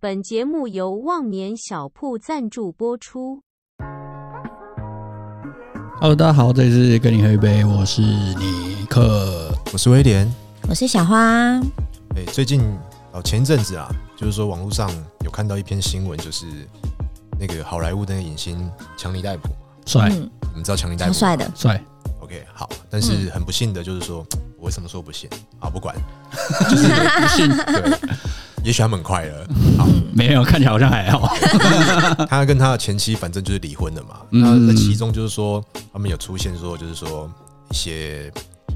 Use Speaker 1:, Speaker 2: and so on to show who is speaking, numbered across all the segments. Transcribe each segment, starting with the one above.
Speaker 1: 本节目由望年小铺赞助播出。
Speaker 2: Hello，大家好，这里是跟你喝一杯，我是尼克。
Speaker 3: 我是威廉。
Speaker 4: 我是小花，
Speaker 3: 哎、最近哦，前一阵子啊，就是说网络上有看到一篇新闻，就是那个好莱坞的那个影星强尼戴普嘛，
Speaker 2: 帅
Speaker 4: 嗯，
Speaker 3: 你们知道强尼戴
Speaker 4: 超
Speaker 3: 普吗
Speaker 4: 帅的，
Speaker 2: 帅，
Speaker 3: OK，好，但是很不幸的就是说，我为什么说不幸啊？不管，
Speaker 2: 不信
Speaker 3: 对，也许他们很快乐。
Speaker 2: 没有，看起来好像还 好。
Speaker 3: 他跟他的前妻反正就是离婚了嘛。
Speaker 2: 嗯
Speaker 3: 那在其中就是说，他们有出现说，就是说一些，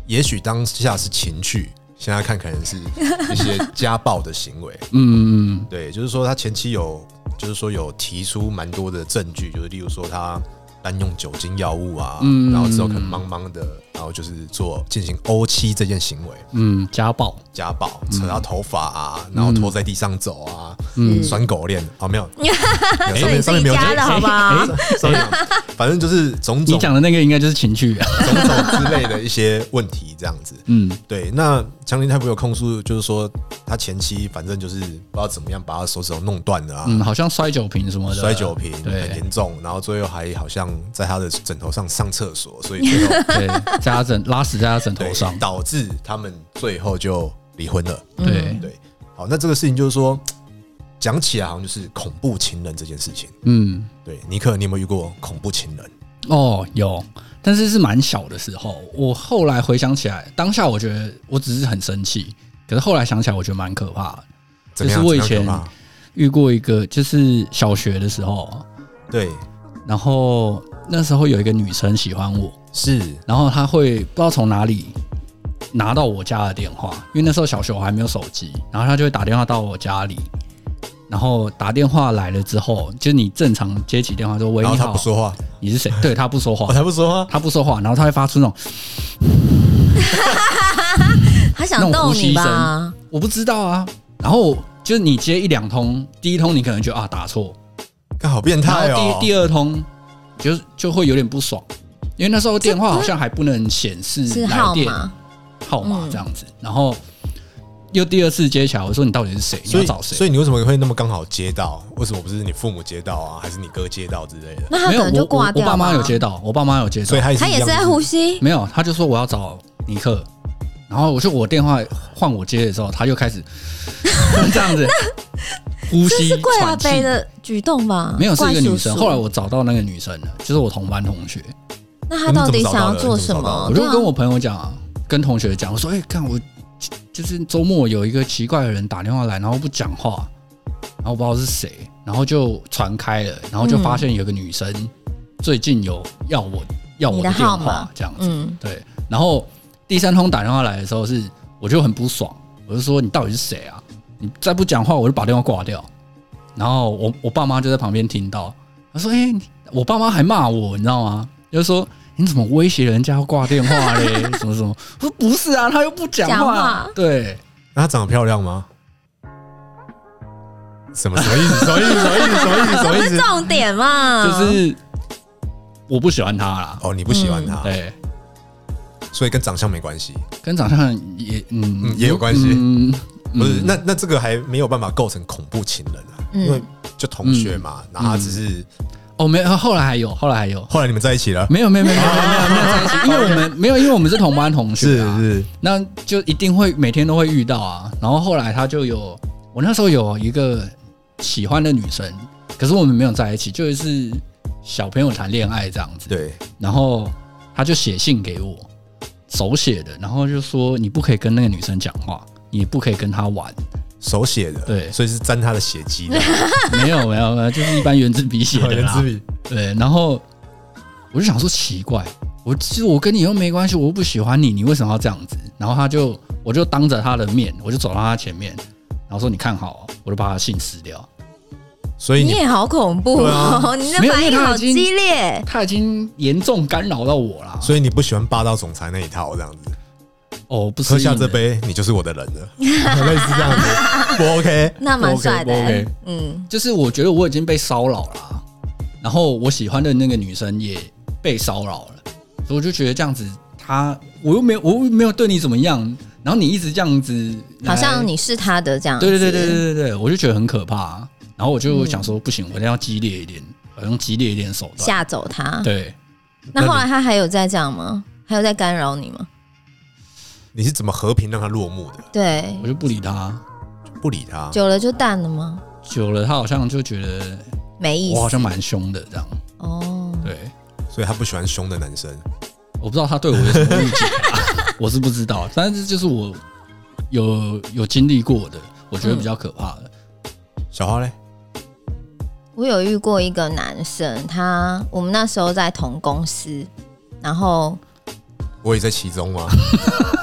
Speaker 3: 也许当下是情趣，现在看可能是一些家暴的行为。
Speaker 2: 嗯，
Speaker 3: 对，就是说他前妻有，就是说有提出蛮多的证据，就是例如说他单用酒精药物啊，
Speaker 2: 嗯
Speaker 3: 然后之后可能茫茫的，然后就是做进行殴妻这件行为，
Speaker 2: 嗯，家暴，
Speaker 3: 家暴，扯他头发啊，然后拖在地上走啊，
Speaker 2: 嗯哎
Speaker 3: 拴狗链啊， 没有，没有上
Speaker 4: 是你
Speaker 3: 面
Speaker 4: 自
Speaker 3: 上面
Speaker 4: 己
Speaker 3: 没有
Speaker 4: 加的好不好？
Speaker 3: 上面没有反正就是种
Speaker 2: 你
Speaker 3: 种
Speaker 2: 讲的那个应该就是情趣啊。
Speaker 3: 种种之类的一些问题这样子。
Speaker 2: 嗯
Speaker 3: 对，那强林太不有控诉，就是说他前妻反正就是不知道怎么样把他手指头弄断了啊，
Speaker 2: 嗯，好像摔酒瓶什么的，
Speaker 3: 摔酒瓶很
Speaker 2: 哦啊对
Speaker 3: 严重，然后最后还好像在他的枕头上上厕所，所以最 后
Speaker 2: 对，在他 枕拉屎在他枕头
Speaker 3: 对
Speaker 2: 上，
Speaker 3: 导致他们最后就离婚了。
Speaker 4: 嗯
Speaker 2: 对，
Speaker 3: 对，好，那这个事情就是说，讲起来好像就是恐怖情人这件事情。
Speaker 2: 嗯，
Speaker 3: 对，尼克，你有没有遇过恐怖情人？
Speaker 2: 哦，有，但是是蛮小的时候。我后来回想起来，当下我觉得我只是很生气，可是后来想起来，我觉得蛮可怕的。
Speaker 3: 怎么样？
Speaker 2: 就是我以
Speaker 3: 怎么
Speaker 2: 前
Speaker 3: 样可怕
Speaker 2: 遇过一个，就是小学的时候，
Speaker 3: 对
Speaker 2: 然后那时候有一个女生喜欢我，
Speaker 3: 是
Speaker 2: 然后她会不知道从哪里拿到我家的电话，因为那时候小学我还没有手机，然后她就会打电话到我家里，然后打电话来了之后，就是你正常接起电话说喂
Speaker 3: 然
Speaker 2: 你
Speaker 3: 后他
Speaker 2: 好
Speaker 3: 不，说话，
Speaker 2: 你是谁？对哦她不说
Speaker 3: 我
Speaker 2: 话，
Speaker 3: 才不说话。
Speaker 2: 她不说话，然后她会发出那种
Speaker 4: 他想逗你
Speaker 2: 那
Speaker 4: 吧？
Speaker 2: 我不知道啊，然后就是你接一两通，第一通你可能觉得啊打错，
Speaker 3: 看好变
Speaker 2: 然
Speaker 3: 态
Speaker 2: 后
Speaker 3: 哦！
Speaker 2: 第第二通就就会有点不爽，因为那时候电话好像还不能显示
Speaker 4: 是
Speaker 2: 来
Speaker 4: 号
Speaker 2: 电
Speaker 4: 码，
Speaker 2: 号码
Speaker 4: 嗯
Speaker 2: 这样子，然后又第二次接起来，我说你到底是谁？你
Speaker 3: 所
Speaker 2: 要
Speaker 3: 以
Speaker 2: 找，谁
Speaker 3: 所？以你为什么会那么刚好接到？为什么不是你父母接到啊，还是你哥接到之类的？
Speaker 4: 那他
Speaker 2: 没有，
Speaker 4: 可能就
Speaker 2: 我我
Speaker 4: 挂
Speaker 2: 我
Speaker 4: 掉。
Speaker 2: 爸妈有，接到，我爸妈有接
Speaker 3: 所
Speaker 2: 到
Speaker 3: 以，他也是
Speaker 4: 他也
Speaker 3: 一
Speaker 4: 是
Speaker 3: 样
Speaker 4: 在
Speaker 3: 子
Speaker 4: 呼吸。
Speaker 2: 没有，他就说我要找尼克，然后我就我电话换我接的时候，他就开始 这样 子呼
Speaker 4: 这
Speaker 2: 吸
Speaker 4: 是贵阿
Speaker 2: 喘
Speaker 4: 贝
Speaker 2: 气。
Speaker 4: 的举动吧？
Speaker 2: 没有，是一个女
Speaker 4: 怪
Speaker 2: 生。
Speaker 4: 叔叔
Speaker 2: 后来我找到那个女生了，就是我同班同学。
Speaker 4: 那他到底想要做什么？
Speaker 2: 我就
Speaker 4: 对啊
Speaker 2: 跟我朋友讲啊，跟同学讲，我说：“哎、看我就是周末有一个奇怪的人打电话来，然后不讲话，然后我不知道是谁，然后就传开了，然后就发现有个女生最近有要我要我
Speaker 4: 你的
Speaker 2: 电
Speaker 4: 号
Speaker 2: 话
Speaker 4: 码
Speaker 2: 这样子，
Speaker 4: 嗯，
Speaker 2: 对。然后第三通打电话来的时候是，我就很不爽，我就说你到底是谁啊？你再不讲话，我就把电话挂掉。然后我我爸妈就在旁边听到，他说：“哎、你我爸妈还骂我，你知道吗？就说你怎么威胁人家要挂电话嘞？什么什么？”我说：“不是啊，他又不
Speaker 4: 嗯
Speaker 2: 讲
Speaker 4: 讲
Speaker 2: 话
Speaker 4: 话。”
Speaker 2: 对，
Speaker 3: 那她长得漂亮吗？什么什么意思？什么意思？什么意思？什么意思？什么
Speaker 4: 不
Speaker 3: 意
Speaker 4: 是
Speaker 3: 思？
Speaker 4: 重点嘛？
Speaker 2: 就是我不喜欢他啦。
Speaker 3: 哦，你不喜欢
Speaker 2: 嗯
Speaker 3: 她，
Speaker 2: 对，
Speaker 3: 所以跟长相没关系。
Speaker 2: 跟长相也嗯
Speaker 3: 嗯也有关系
Speaker 2: 嗯，
Speaker 3: 不是，
Speaker 2: 嗯
Speaker 3: 那那这个还没有办法构成恐怖情人啊，
Speaker 4: 嗯
Speaker 3: 因为就同学
Speaker 2: 嗯
Speaker 3: 嘛，然后她只是
Speaker 2: 哦，没有，后来还有，后来还有，
Speaker 3: 后来你们在一起了，
Speaker 2: 没有没有没有没有没有没有在一起，因为我们没有，因为我们是同班同学啊，
Speaker 3: 是，
Speaker 2: 那就一定会每天都会遇到啊。然后后来他就有，我那时候有一个喜欢的女生，可是我们没有在一起，就是小朋友谈恋爱这样子。，
Speaker 3: 对，
Speaker 2: 然后他就写信给我，手写的，然后就说你不可以跟那个女生讲话，你不可以跟她玩。
Speaker 3: 手写的，
Speaker 2: 对
Speaker 3: 所以是沾她的血迹的，
Speaker 2: 没有没有没有，就是一般原子 笔写的
Speaker 3: 哦原
Speaker 2: 啦。
Speaker 3: 子笔，
Speaker 2: 对，然后我就想说奇怪，我其实我跟你又没关系，我又不喜欢你，你为什么要这样子？然后他就我就当着他的面，我就走到他前面，然后说你看好哦，我就把他信撕掉。
Speaker 3: 所以
Speaker 4: 你
Speaker 3: 你
Speaker 4: 也好恐怖哦！你的
Speaker 2: 啊没有
Speaker 4: 反应
Speaker 2: 因为他
Speaker 4: 好
Speaker 2: 已经
Speaker 4: 激烈，
Speaker 2: 他已经严重干扰到我了，
Speaker 3: 所以你不喜欢霸道总裁那一套这样子，
Speaker 2: 哦，不
Speaker 3: 喝
Speaker 2: 是
Speaker 3: 下这，杯，你就是我的人 了， 类似这样子，不 OK，
Speaker 4: 那蛮帅的
Speaker 2: 不 OK，不
Speaker 4: 欸
Speaker 2: OK。
Speaker 4: 嗯，
Speaker 2: 就是我觉得我已经被骚扰了啊，然后我喜欢的那个女生也被骚扰了，所以我就觉得这样子他，我又没有，我又没有对你怎么样，然后你一直这样子，
Speaker 4: 好像你是他的这样。
Speaker 2: 对对对对对对对，我就觉得很可怕、然后我就想说，不行，我一定要激烈一点，我用激烈一点的手段。
Speaker 4: 吓走他。
Speaker 2: 对，
Speaker 4: 那后来他还有在这样吗？还有在干扰你吗？
Speaker 3: 你是怎么和平让他落幕的？
Speaker 4: 对
Speaker 2: 我，就不理他。
Speaker 3: 不理他，
Speaker 4: 久了就淡了吗？
Speaker 2: 久了，他好像就觉得
Speaker 4: 没意思。
Speaker 2: 我好像蛮凶的这样。
Speaker 4: 哦，
Speaker 2: 对，
Speaker 3: 所以他不喜欢凶的男生。
Speaker 2: 我不知道他对我有什么误解、 啊，我是不知道。但是就是我有有经历过的，我觉得比较可怕的。
Speaker 3: 小花嘞，
Speaker 4: 我有遇过一个男生，他我们那时候在同公司，然后
Speaker 3: 我也在其 中吗？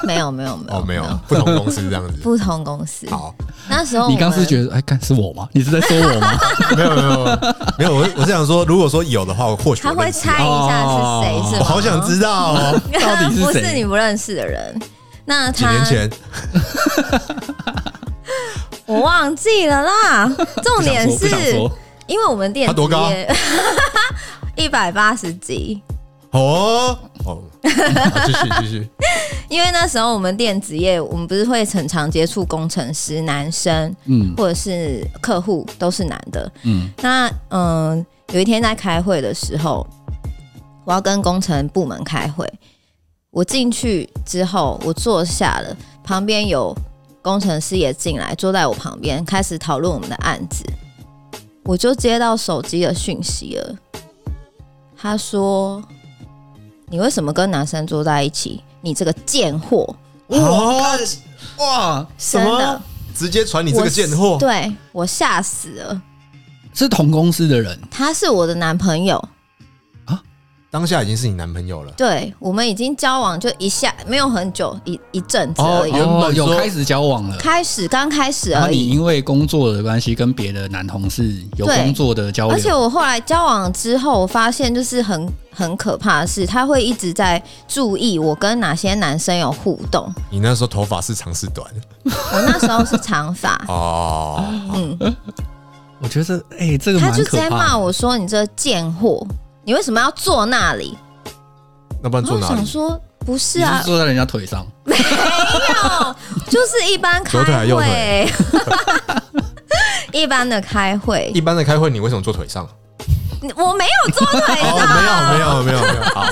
Speaker 4: 没有没有没有、
Speaker 3: 哦，没有，不同公司这样子。
Speaker 4: 不同公司。
Speaker 3: 好，
Speaker 4: 那时候
Speaker 2: 你刚
Speaker 4: 哦我
Speaker 2: 是
Speaker 4: 们
Speaker 2: 觉得哎，干是我吗？你是在说 我吗？
Speaker 3: 没有没有没有，我我是想说，如果说有的话，我或许
Speaker 4: 他
Speaker 3: 我
Speaker 4: 会
Speaker 3: 认识
Speaker 4: 猜一下是谁，是吗？
Speaker 3: 我好想知道 哦。
Speaker 2: 到底
Speaker 4: 不
Speaker 2: 是谁
Speaker 4: 是你不认识的人。那
Speaker 3: 几
Speaker 4: 他
Speaker 3: 年前，
Speaker 4: 我忘记了啦。重
Speaker 2: 不想
Speaker 4: 点
Speaker 2: 说，不想
Speaker 4: 是
Speaker 2: 说。
Speaker 4: 因为我们电
Speaker 3: 他多
Speaker 2: 啊
Speaker 3: 高
Speaker 4: 一百八十级，
Speaker 3: 哦哦，
Speaker 2: 啊
Speaker 3: 好继续继续，
Speaker 4: 因为那时候我们电子业，我们不是会很常接触工程师男生，
Speaker 2: 嗯
Speaker 4: 或者是客户都是男的。
Speaker 2: 嗯
Speaker 4: 那嗯、有一天在开会的时候，我要跟工程部门开会，我进去之后，我坐下了，旁边有工程师也进来，坐在我旁边，开始讨论我们的案子。我就接到手机的讯息了，他说：“你为什么跟男生坐在一起？你这个贱货！”
Speaker 3: 哇
Speaker 2: 哇，
Speaker 4: 真的，
Speaker 3: 哦直接传你这个贱货
Speaker 4: 我，对我吓死了。
Speaker 2: 是同公司的人
Speaker 4: 他是我的男朋友，
Speaker 3: 当下已经是你男朋友了。
Speaker 4: 对，我们已经交往就一下没有很久，一一阵子而已。
Speaker 3: 原本
Speaker 2: 有
Speaker 3: 说
Speaker 2: 开始交往了。
Speaker 4: 开始刚开始
Speaker 2: 哦然后
Speaker 4: 而
Speaker 2: 你
Speaker 4: 已，
Speaker 2: 因为工作的关系跟别的男同事有
Speaker 4: 对
Speaker 2: 工作的交流，
Speaker 4: 而且我后来交往之后，我发现就是很很可怕的是，他会一直在注意我跟哪些男生有互动。
Speaker 3: 你那时候头发是长是短？，
Speaker 4: 我那时候是长发
Speaker 3: 哦，
Speaker 4: 嗯，
Speaker 2: 我觉得哎、这个
Speaker 4: 他
Speaker 2: 蛮
Speaker 4: 就直
Speaker 2: 可
Speaker 4: 接
Speaker 2: 怕
Speaker 4: 骂
Speaker 2: 的。
Speaker 4: 我说：“你这贱货，你为什么要坐那里
Speaker 3: 那不？”
Speaker 4: 然
Speaker 3: 然坐
Speaker 4: 后我
Speaker 3: 哪
Speaker 4: 想
Speaker 3: 里？
Speaker 4: 说不是
Speaker 2: 你
Speaker 4: 啊
Speaker 2: 是，坐在人家腿上，
Speaker 4: 就是一般开
Speaker 3: 左腿还是右
Speaker 4: 会， 一般的开会
Speaker 3: 一，般的开会，你为什么坐腿上？
Speaker 4: 你我没有坐腿
Speaker 3: 哦，
Speaker 4: 的，
Speaker 3: 没有没有没有没有。好，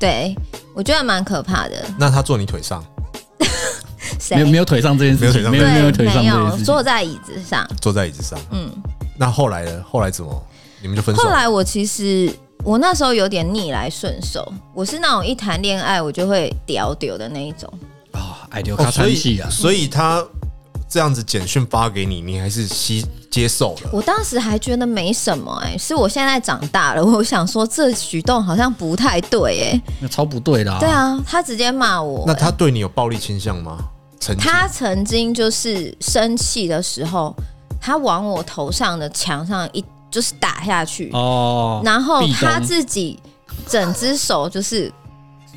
Speaker 4: 对我觉得蛮可怕的。
Speaker 3: 那他坐你腿上，
Speaker 4: 谁
Speaker 2: 没有没有腿上这件事情，
Speaker 3: 没
Speaker 2: 没
Speaker 3: 有
Speaker 2: 有
Speaker 4: 对，
Speaker 2: 没有腿上
Speaker 4: 没
Speaker 2: 这
Speaker 4: 有
Speaker 2: 件事情。
Speaker 4: 坐在椅子上。
Speaker 3: 坐在椅子上。
Speaker 4: 嗯，
Speaker 3: 那后来呢？后来怎么？你们就分手
Speaker 4: 后
Speaker 3: 了？
Speaker 4: 来我其实我那时候有点逆来顺受，我是那种一谈恋爱我就会屌屌的那一种。
Speaker 2: 啊，爱丢
Speaker 3: 哦
Speaker 2: 卡
Speaker 3: 所
Speaker 2: 川
Speaker 3: 以
Speaker 2: 戏啊，
Speaker 3: 所以他这样子简讯发给你，你还是吸接受了。
Speaker 4: 我当时还觉得没什么哎、是我现在长大了，我想说这举动好像不太对哎、
Speaker 2: 那超不对啦。
Speaker 4: 对，啊，他直接骂我、
Speaker 3: 那
Speaker 4: 哎
Speaker 3: 他对你有暴力倾向吗？曾经
Speaker 4: 他曾经就是生气的时候，他往我头上的墙上一就是打下去，
Speaker 2: 哦，
Speaker 4: 然后
Speaker 2: 壁咚
Speaker 4: 他自己整只手就是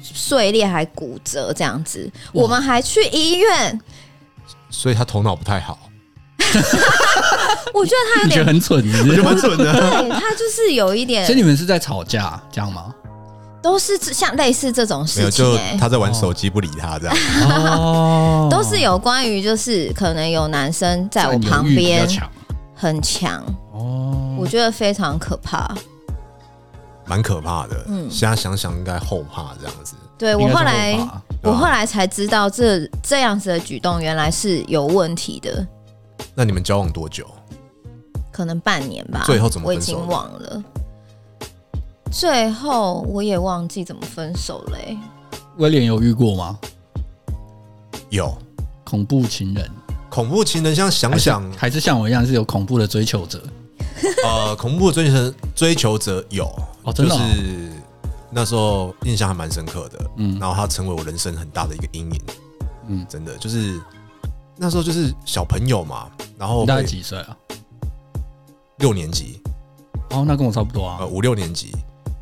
Speaker 4: 碎裂还骨折这样子，
Speaker 2: 哇
Speaker 4: 我们还去医院，
Speaker 3: 所以他头脑不太好，
Speaker 4: 我觉得他有
Speaker 2: 你觉
Speaker 4: 点。
Speaker 2: 得很蠢是不是，
Speaker 3: 蛮 准的。
Speaker 4: 对他就是有一点
Speaker 2: 所以，你们是在吵架这样吗？
Speaker 4: 都是像类似这种
Speaker 3: 没有，
Speaker 4: 事情、
Speaker 3: 就
Speaker 4: 欸，
Speaker 3: 他在玩手机，不理他这样。
Speaker 4: 哦
Speaker 2: 哦
Speaker 4: 都是有关于就是可能有男生在我
Speaker 2: 占有
Speaker 4: 旁
Speaker 2: 欲比较
Speaker 4: 边
Speaker 2: 强
Speaker 4: 很强，
Speaker 2: 哦，
Speaker 4: 我觉得非常可怕。
Speaker 3: 蛮可怕的。
Speaker 4: 嗯
Speaker 3: 现在想想应该后怕这样子。
Speaker 4: 对我
Speaker 2: 应该是
Speaker 4: 后来
Speaker 2: 后怕
Speaker 4: 我后来才知道这这样子的举动原来是有问题的，
Speaker 3: 那你们交往多久？
Speaker 4: 可能半年吧。
Speaker 3: 最后怎么
Speaker 4: 我已
Speaker 3: 分手
Speaker 4: 经
Speaker 3: 的
Speaker 4: 忘了。最后我也忘记怎么分手嘞、欸
Speaker 2: 威廉有遇过吗？
Speaker 3: 有
Speaker 2: 恐怖情人，
Speaker 3: 恐怖情人，像想
Speaker 2: 还是
Speaker 3: 想，
Speaker 2: 还是像我一样是有恐怖的追求者，
Speaker 3: 呃，恐怖追求追求者有，
Speaker 2: 哦真的哦
Speaker 3: 就是那时候印象还蛮深刻的。
Speaker 2: 嗯
Speaker 3: 然后他成为我人生很大的一个阴影。
Speaker 2: 嗯，
Speaker 3: 真的就是那时候就是小朋友嘛，然后
Speaker 2: 你大概
Speaker 3: 会
Speaker 2: 几岁啊？
Speaker 3: 六年级，
Speaker 2: 哦，那跟我差不多啊
Speaker 3: 呃，。五六年级，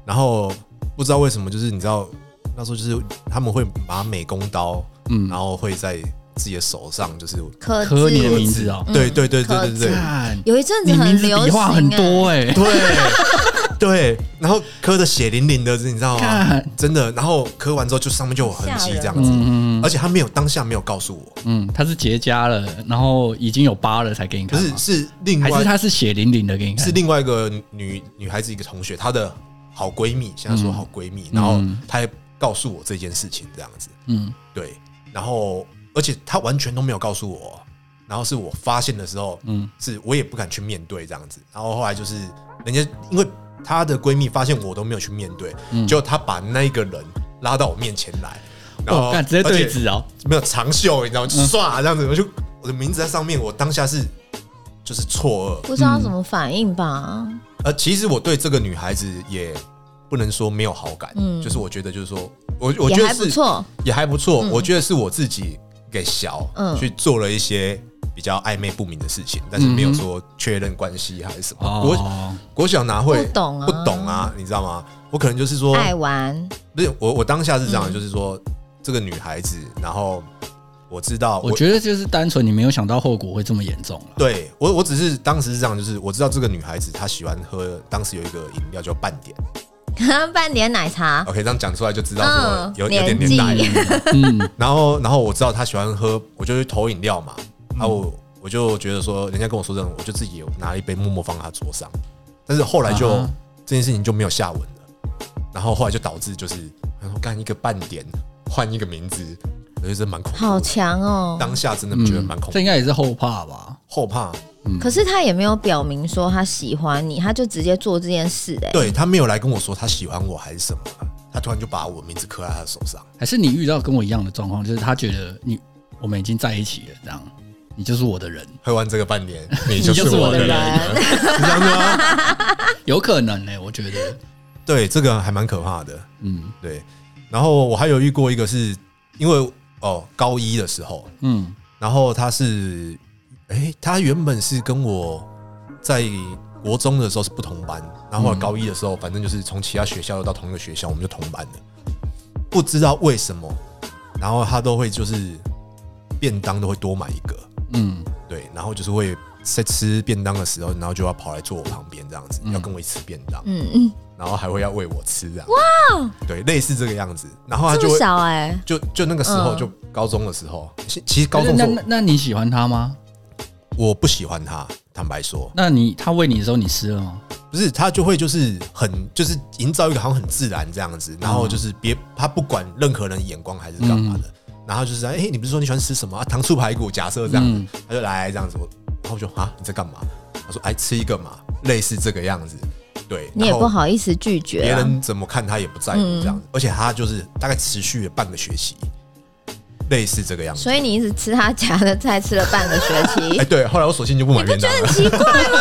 Speaker 3: 然后不知道为什么，就是你知道那时候就是他们会把美工刀，
Speaker 2: 嗯
Speaker 3: 然，后会在自己的手上，就是
Speaker 4: 可
Speaker 2: 科你的
Speaker 4: 字
Speaker 2: 名字哦，
Speaker 4: 嗯
Speaker 3: 对对对对对对
Speaker 4: 刻
Speaker 3: 对
Speaker 2: 看
Speaker 4: 有一阵子
Speaker 2: 你名
Speaker 4: 很
Speaker 2: 字
Speaker 4: 流
Speaker 2: 笔
Speaker 3: 嗯
Speaker 4: 行、
Speaker 2: 画
Speaker 4: 欸，
Speaker 2: 很多哎，
Speaker 3: 对对，然后磕的血淋淋的，你知 道吗
Speaker 2: 看？
Speaker 3: 真的，然后磕完之后就上面就有痕迹这样子，
Speaker 2: 嗯嗯
Speaker 3: 而且他没有当下没有告诉我，
Speaker 2: 嗯，他是结痂了，然后已经有疤了才给你
Speaker 3: 可
Speaker 2: 看
Speaker 3: 是
Speaker 2: 吗，
Speaker 3: 是另
Speaker 2: 还是
Speaker 3: 外
Speaker 2: 他是血淋淋的给你看？
Speaker 3: 是另外一个女女孩子一个同学，她的好闺蜜，现在说好闺蜜，然后她也告诉我这件事情这样子，
Speaker 2: 嗯
Speaker 3: 对，然后而且她完全都没有告诉我，然后是我发现的时候，
Speaker 2: 嗯
Speaker 3: 是我也不敢去面对这样子。然后后来就是人家因为她的闺蜜发现我都没有去面对，
Speaker 2: 嗯
Speaker 3: 结果她把那一个人拉到我面前来，然后
Speaker 2: 哦，干直接对
Speaker 3: 而且
Speaker 2: 峙哦，
Speaker 3: 没有长袖，你知道吗？
Speaker 4: 嗯
Speaker 3: 就唰这样子，我就我的名字在上面，我当下是就是错愕。
Speaker 4: 不知道怎么反应吧？
Speaker 3: 呃，其实我对这个女孩子也不能说没有好感，
Speaker 4: 嗯
Speaker 3: 就是我觉得就是说我我
Speaker 4: 也
Speaker 3: 觉得
Speaker 4: 还
Speaker 3: 是
Speaker 4: 不错，
Speaker 3: 也还不错，我觉得是我自己给小、
Speaker 4: 嗯
Speaker 3: 去做了一些比较暧昧不明的事情，但是没有说确认关系还是什么。我
Speaker 2: 哦，
Speaker 3: 国小哪会
Speaker 4: 嗯不懂啊
Speaker 3: 不懂啊，你知道吗？我可能就是说，
Speaker 4: 爱嗯玩，
Speaker 3: 不是我我当下是这样，就是说这个女孩子，然后我知道
Speaker 2: 我觉得就是单纯你没有想到后果会这么严重啊了。
Speaker 3: 对我，我只是当时是这样，就是我知道这个女孩子她喜欢喝，当时有一个饮料叫半点
Speaker 4: 啊半点奶茶，
Speaker 3: ，OK，这样讲出来就知道说
Speaker 4: 嗯
Speaker 3: 有、有点年代
Speaker 4: 年。
Speaker 2: 嗯，
Speaker 3: 然后，然后我知道她喜欢喝，我就去投饮料嘛，
Speaker 2: 嗯
Speaker 3: 啊我我就觉得说，人家跟我说这种，我就自己有拿一杯默默放她桌上，但是后来就、
Speaker 2: 啊哈
Speaker 3: 这件事情就没有下文了，然后后来就导致就是，然后干一个半点换一个名字，我觉得真蛮恐怖
Speaker 4: 好
Speaker 3: 的，
Speaker 4: 强哦！
Speaker 3: 当下真的
Speaker 2: 嗯
Speaker 3: 觉得蛮恐怖
Speaker 2: 这，应该也是后怕吧？
Speaker 3: 后怕。
Speaker 4: 可是他也没有表明说他喜欢你，他就直接做这件事、哎，
Speaker 3: 对他没有来跟我说他喜欢我还是什么，他突然就把我名字刻在他的手上。
Speaker 2: 还是你遇到跟我一样的状况，就是他觉得你我们已经在一起了，这样你就是我的人，
Speaker 3: 喝完这个半年，你
Speaker 2: 就
Speaker 3: 就是是
Speaker 2: 我
Speaker 3: 我
Speaker 2: 的
Speaker 3: 的
Speaker 2: 人
Speaker 3: 人，啊是这样子吗？
Speaker 2: 有可能呢、欸我觉得，
Speaker 3: 对，这个还蛮可怕的。
Speaker 2: 嗯
Speaker 3: 对，然后我还有遇过一个是因为哦高一的时候，
Speaker 2: 嗯
Speaker 3: 然后他是哎、他原本是跟我在国中的时候是不同班，然后后来高一的时候，反正就是从其他学校又到同一个学校，我们就同班的。不知道为什么，然后他都会就是便当都会多买一个。
Speaker 2: 嗯，
Speaker 3: 对，然后就是会在吃便当的时候，然后就要跑来坐我旁边这样子，要跟我一起吃便当，
Speaker 4: 嗯嗯，
Speaker 3: 然后还会要喂我吃这样。哇，对，类似这个样子。然后他
Speaker 4: 这
Speaker 3: 就
Speaker 4: 么
Speaker 3: 会
Speaker 4: 小哎、
Speaker 3: 就就那个时候，
Speaker 4: 嗯
Speaker 3: 就高中的时候，其其实高
Speaker 2: 可是
Speaker 3: 中的
Speaker 2: 那
Speaker 3: 时候
Speaker 2: 那那你喜欢他吗？
Speaker 3: 我不喜欢他，坦白说，
Speaker 2: 那你他喂你的时候你吃了吗？
Speaker 3: 不是他就会就是很就是营造一个好像很自然这样子，然后就是别他不管任何人眼光还是干嘛的，然后就是哎、诶你不是说你喜欢吃什么、啊、糖醋排骨？假设这样子，
Speaker 2: 嗯
Speaker 3: 他就来这样子，我然后我就啊你在干嘛？他说哎吃一个嘛，类似这个样子，对，
Speaker 4: 你也
Speaker 3: 然后
Speaker 4: 不好意思拒绝、
Speaker 3: 别
Speaker 4: 啊，
Speaker 3: 人怎么看他也不在乎这样子，而且他就是大概持续了半个学期，类似这个样子。
Speaker 4: 所以你一直吃他夹的菜，吃了半个学期
Speaker 3: 哎、，对，后来我索性就不买便当了。
Speaker 4: 奇怪吗？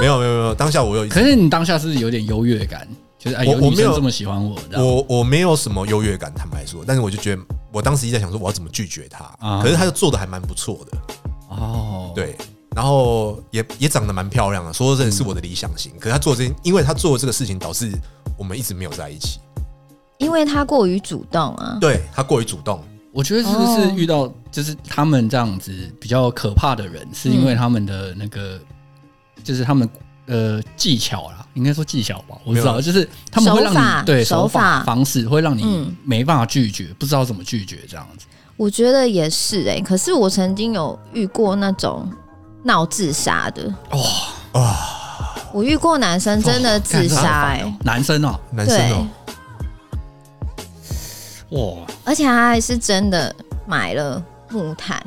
Speaker 3: 没有没有没有，当下我有一次
Speaker 2: 可是你当下是不是有点优越感，就是哎，
Speaker 3: 我
Speaker 2: 有
Speaker 3: 我
Speaker 2: 女
Speaker 3: 没
Speaker 2: 生
Speaker 3: 有
Speaker 2: 这么喜欢我，这样
Speaker 3: 我我没有什么优越感，坦白说，但是我就觉得，我当时一直在想说我要怎么拒绝他，
Speaker 2: 啊
Speaker 3: 可是他就做的还蛮不错的，
Speaker 2: 哦，，
Speaker 3: 对，然后也也长得蛮漂亮的，说真的是我的理想型，
Speaker 2: 嗯
Speaker 3: 可是他做这件，因为他做这个事情导致我们一直没有在一起，
Speaker 4: 因为他过于主动啊，
Speaker 3: 对他过于主动，
Speaker 2: 我觉得是不是遇
Speaker 3: 哦
Speaker 2: 到就是他们这样子比较可怕的人，是因为他们的那个、就是他们呃技巧啦，应该说技巧吧，我不知
Speaker 3: 没
Speaker 2: 道，
Speaker 3: 有
Speaker 2: 就是他们会让
Speaker 4: 手法
Speaker 2: 你对
Speaker 4: 手
Speaker 2: 手法
Speaker 4: 法
Speaker 2: 方式会让你
Speaker 4: 嗯
Speaker 2: 没办法拒绝，不知道怎么拒绝这样子。
Speaker 4: 我觉得也是哎、可是我曾经有遇过那种闹自杀的，
Speaker 2: 哇、啊
Speaker 4: 我遇过男生真的自杀哎、
Speaker 2: 男生哦、
Speaker 3: 男生
Speaker 4: 对
Speaker 3: 哦、，
Speaker 4: 而且他还是真的买了木炭，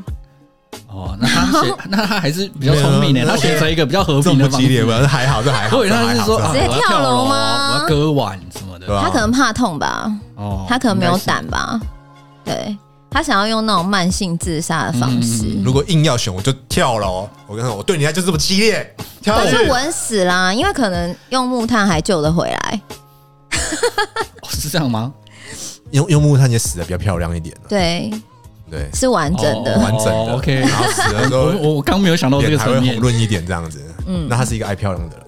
Speaker 2: 哇哦，那他选 那他还是比较聪明
Speaker 3: 没
Speaker 2: 的，
Speaker 3: 有啊
Speaker 2: 他选择一个比较和
Speaker 3: 这
Speaker 2: 平
Speaker 3: 么
Speaker 2: 的
Speaker 3: 不
Speaker 2: 方
Speaker 3: 激烈
Speaker 2: 式。
Speaker 3: 吧？这还好，这还好，
Speaker 2: 或者
Speaker 3: 这
Speaker 2: 他
Speaker 3: 还
Speaker 2: 是
Speaker 3: 好
Speaker 2: 说
Speaker 3: 这
Speaker 2: 啊 我
Speaker 3: 还好
Speaker 4: 直接
Speaker 2: 要
Speaker 4: 跳
Speaker 2: 跳
Speaker 4: 楼
Speaker 2: 楼
Speaker 4: 吗
Speaker 2: 啊我要割腕什么
Speaker 3: 对
Speaker 2: 的
Speaker 3: 啊
Speaker 4: 他可能怕痛吧，
Speaker 2: 哦，
Speaker 4: 他可能没有
Speaker 2: 应该是
Speaker 4: 胆吧，对他想要用那种慢性自杀的方式，
Speaker 2: 嗯
Speaker 3: 如果硬要选，我就跳了哦。我跟你说，我对你来就是这么激烈，跳
Speaker 4: 但是
Speaker 3: 舞。
Speaker 4: 稳死啦，因为可能用木炭还救得回来，
Speaker 2: 哦是这样吗？
Speaker 3: 用用木炭也死的比较漂亮一点了，
Speaker 4: 对，
Speaker 3: 对，
Speaker 4: 是完整的，
Speaker 2: 哦
Speaker 3: 完整的。
Speaker 2: 哦，OK
Speaker 3: 然后死的时候
Speaker 2: 我我我刚没有想哦到这
Speaker 3: 脸
Speaker 2: 个
Speaker 3: 呃还会
Speaker 2: 层面
Speaker 3: 红，润一点这样子。嗯，那他是一个爱漂亮的人，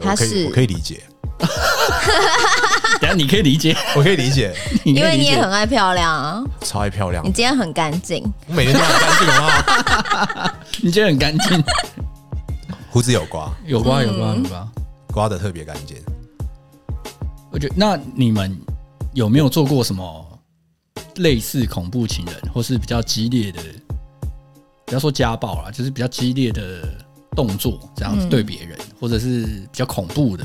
Speaker 4: 他
Speaker 3: 我可以
Speaker 4: 是
Speaker 3: 我可以理解，
Speaker 2: 等一下你可以理解，
Speaker 3: 我可以理解，
Speaker 2: 你
Speaker 4: 因
Speaker 2: 可以
Speaker 4: 为
Speaker 2: 理
Speaker 4: 你
Speaker 2: 解
Speaker 4: 也很爱漂亮啊，
Speaker 3: 超爱漂亮
Speaker 4: 你，今天很干净，
Speaker 3: 我每天都很干净，好不好？
Speaker 2: 你觉 得很干净，
Speaker 3: 胡子有刮，
Speaker 4: 嗯
Speaker 2: 有吧有吧有吧，
Speaker 3: 刮的特别干净，
Speaker 2: 我觉得那你们有没有做过什么类似恐怖情人，或是比较激烈的，不要说家暴啦，就是比较激烈的动作，这样子
Speaker 4: 嗯
Speaker 2: 对别人，或者是比较恐怖的，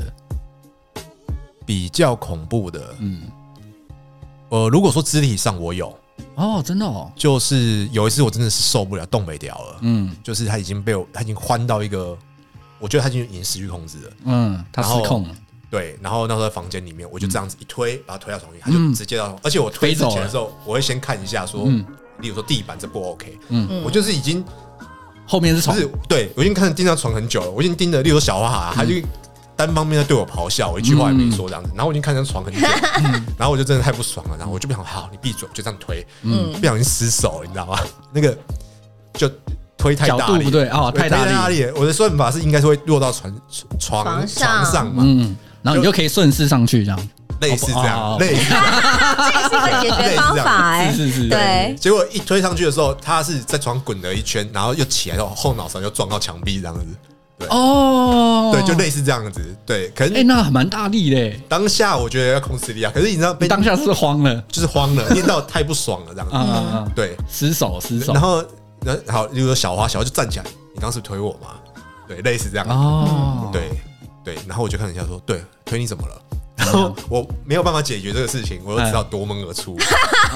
Speaker 3: 比较恐怖的，
Speaker 2: 嗯，
Speaker 3: 呃，如果说肢体上我有，
Speaker 2: 哦，真的哦，
Speaker 3: 就是有一次我真的是受不了，动不了了，
Speaker 2: 嗯
Speaker 3: 就是他已经被我，他已经欢到一个，我觉得他已经已经失去控制了。
Speaker 2: 嗯，他失控了，
Speaker 3: 对，然后那时候在房间里面，我就这样子一推，把他推到床边，他
Speaker 2: 嗯
Speaker 3: 就直接到床，而且我推
Speaker 2: 飞
Speaker 3: 之
Speaker 2: 走
Speaker 3: 前
Speaker 2: 了
Speaker 3: 的时候，我会先看一下说，
Speaker 2: 嗯
Speaker 3: 例如说地板这不 OK，
Speaker 2: 嗯
Speaker 3: 我就是已经
Speaker 2: 后面是
Speaker 3: 不
Speaker 2: 床，
Speaker 3: 是对我已经看盯到床很久了，我已经盯着，例如说小花哈，他就
Speaker 2: 嗯
Speaker 3: 单方面的对我咆哮，我一句话也没说这样子，然后我已经看着床很久， 嗯然后我就真的太不爽了，然后我就不想好，你闭嘴，我就这样推，
Speaker 4: 嗯
Speaker 3: 不小心失手，你知道吗？ 那个就推太大
Speaker 2: 角
Speaker 3: 力
Speaker 2: 度不对哦
Speaker 3: 我推
Speaker 2: 太大力
Speaker 3: 大力了，我的算法是应该是会落到床床
Speaker 4: 床上
Speaker 3: 床上嘛，
Speaker 2: 嗯，然后你就可以顺势上去这样，
Speaker 3: 类似这
Speaker 2: 哦哦哦
Speaker 3: 样，类似这样。
Speaker 4: 这也是个 解决方法哎、
Speaker 2: 是是是，
Speaker 4: 对，
Speaker 3: 结果一推上去的时候，他是在床滚了一圈，然后又起来，然后后脑勺又撞到墙壁这样子，
Speaker 2: 哦，
Speaker 3: 对，就类似这样子，对。可
Speaker 2: 哎、
Speaker 3: 能
Speaker 2: 那蛮大力嘞，
Speaker 3: 当下我觉得要控制力啊，可是你知道
Speaker 2: 你
Speaker 3: 被
Speaker 2: 当下是不是慌了
Speaker 3: 就是慌了，念到太不爽了这样
Speaker 2: 啊
Speaker 3: 子，
Speaker 2: 啊，啊
Speaker 3: 对。
Speaker 2: 失手失手
Speaker 3: 然，后，然后好，例如说小花，小花就站起来，你刚刚是不是推我嘛？对，类似这样，
Speaker 2: 哦，
Speaker 3: 对对。然后我就看了一下，说，对，推你怎么 了？然后我没有办法解决这个事情，我就只好夺门而出。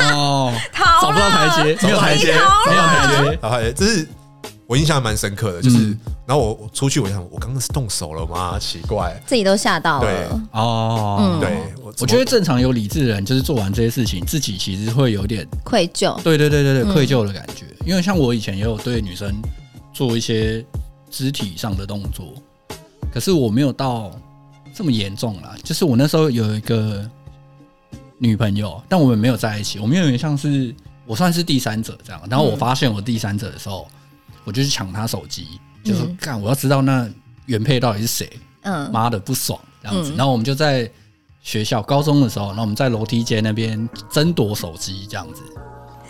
Speaker 2: 哦，
Speaker 4: 逃
Speaker 2: 找不到台阶，没有台阶，没有台阶。
Speaker 3: 然后还这是我印象蛮深刻的，就是，
Speaker 2: 嗯
Speaker 3: 然后我我出去，我想我刚刚是动手了吗？奇怪，
Speaker 4: 自己都吓到
Speaker 3: 对
Speaker 4: 了。
Speaker 2: 哦，
Speaker 4: 嗯
Speaker 3: 对我
Speaker 2: 我觉得正常有理智的人，就是做完这些事情，自己其实会有点，
Speaker 4: 愧疚，
Speaker 2: 对对对对
Speaker 4: 嗯
Speaker 2: 对，愧疚的感觉。因为像我以前也有对女生做一些肢体上的动作，可是我没有到这么严重啦。就是我那时候有一个女朋友，但我们没有在一起，我们有点像是我算是第三者这样。然后我
Speaker 4: 嗯
Speaker 2: 发现我第三者的时候，我就去抢她手机，就说
Speaker 4: 嗯
Speaker 2: 干，我要知道那原配到底是谁。
Speaker 4: 嗯
Speaker 2: 妈的不爽这样子。
Speaker 4: 嗯
Speaker 2: 然后我们就在学校高中的时候，然后我们在楼梯间那边争夺手机这样子，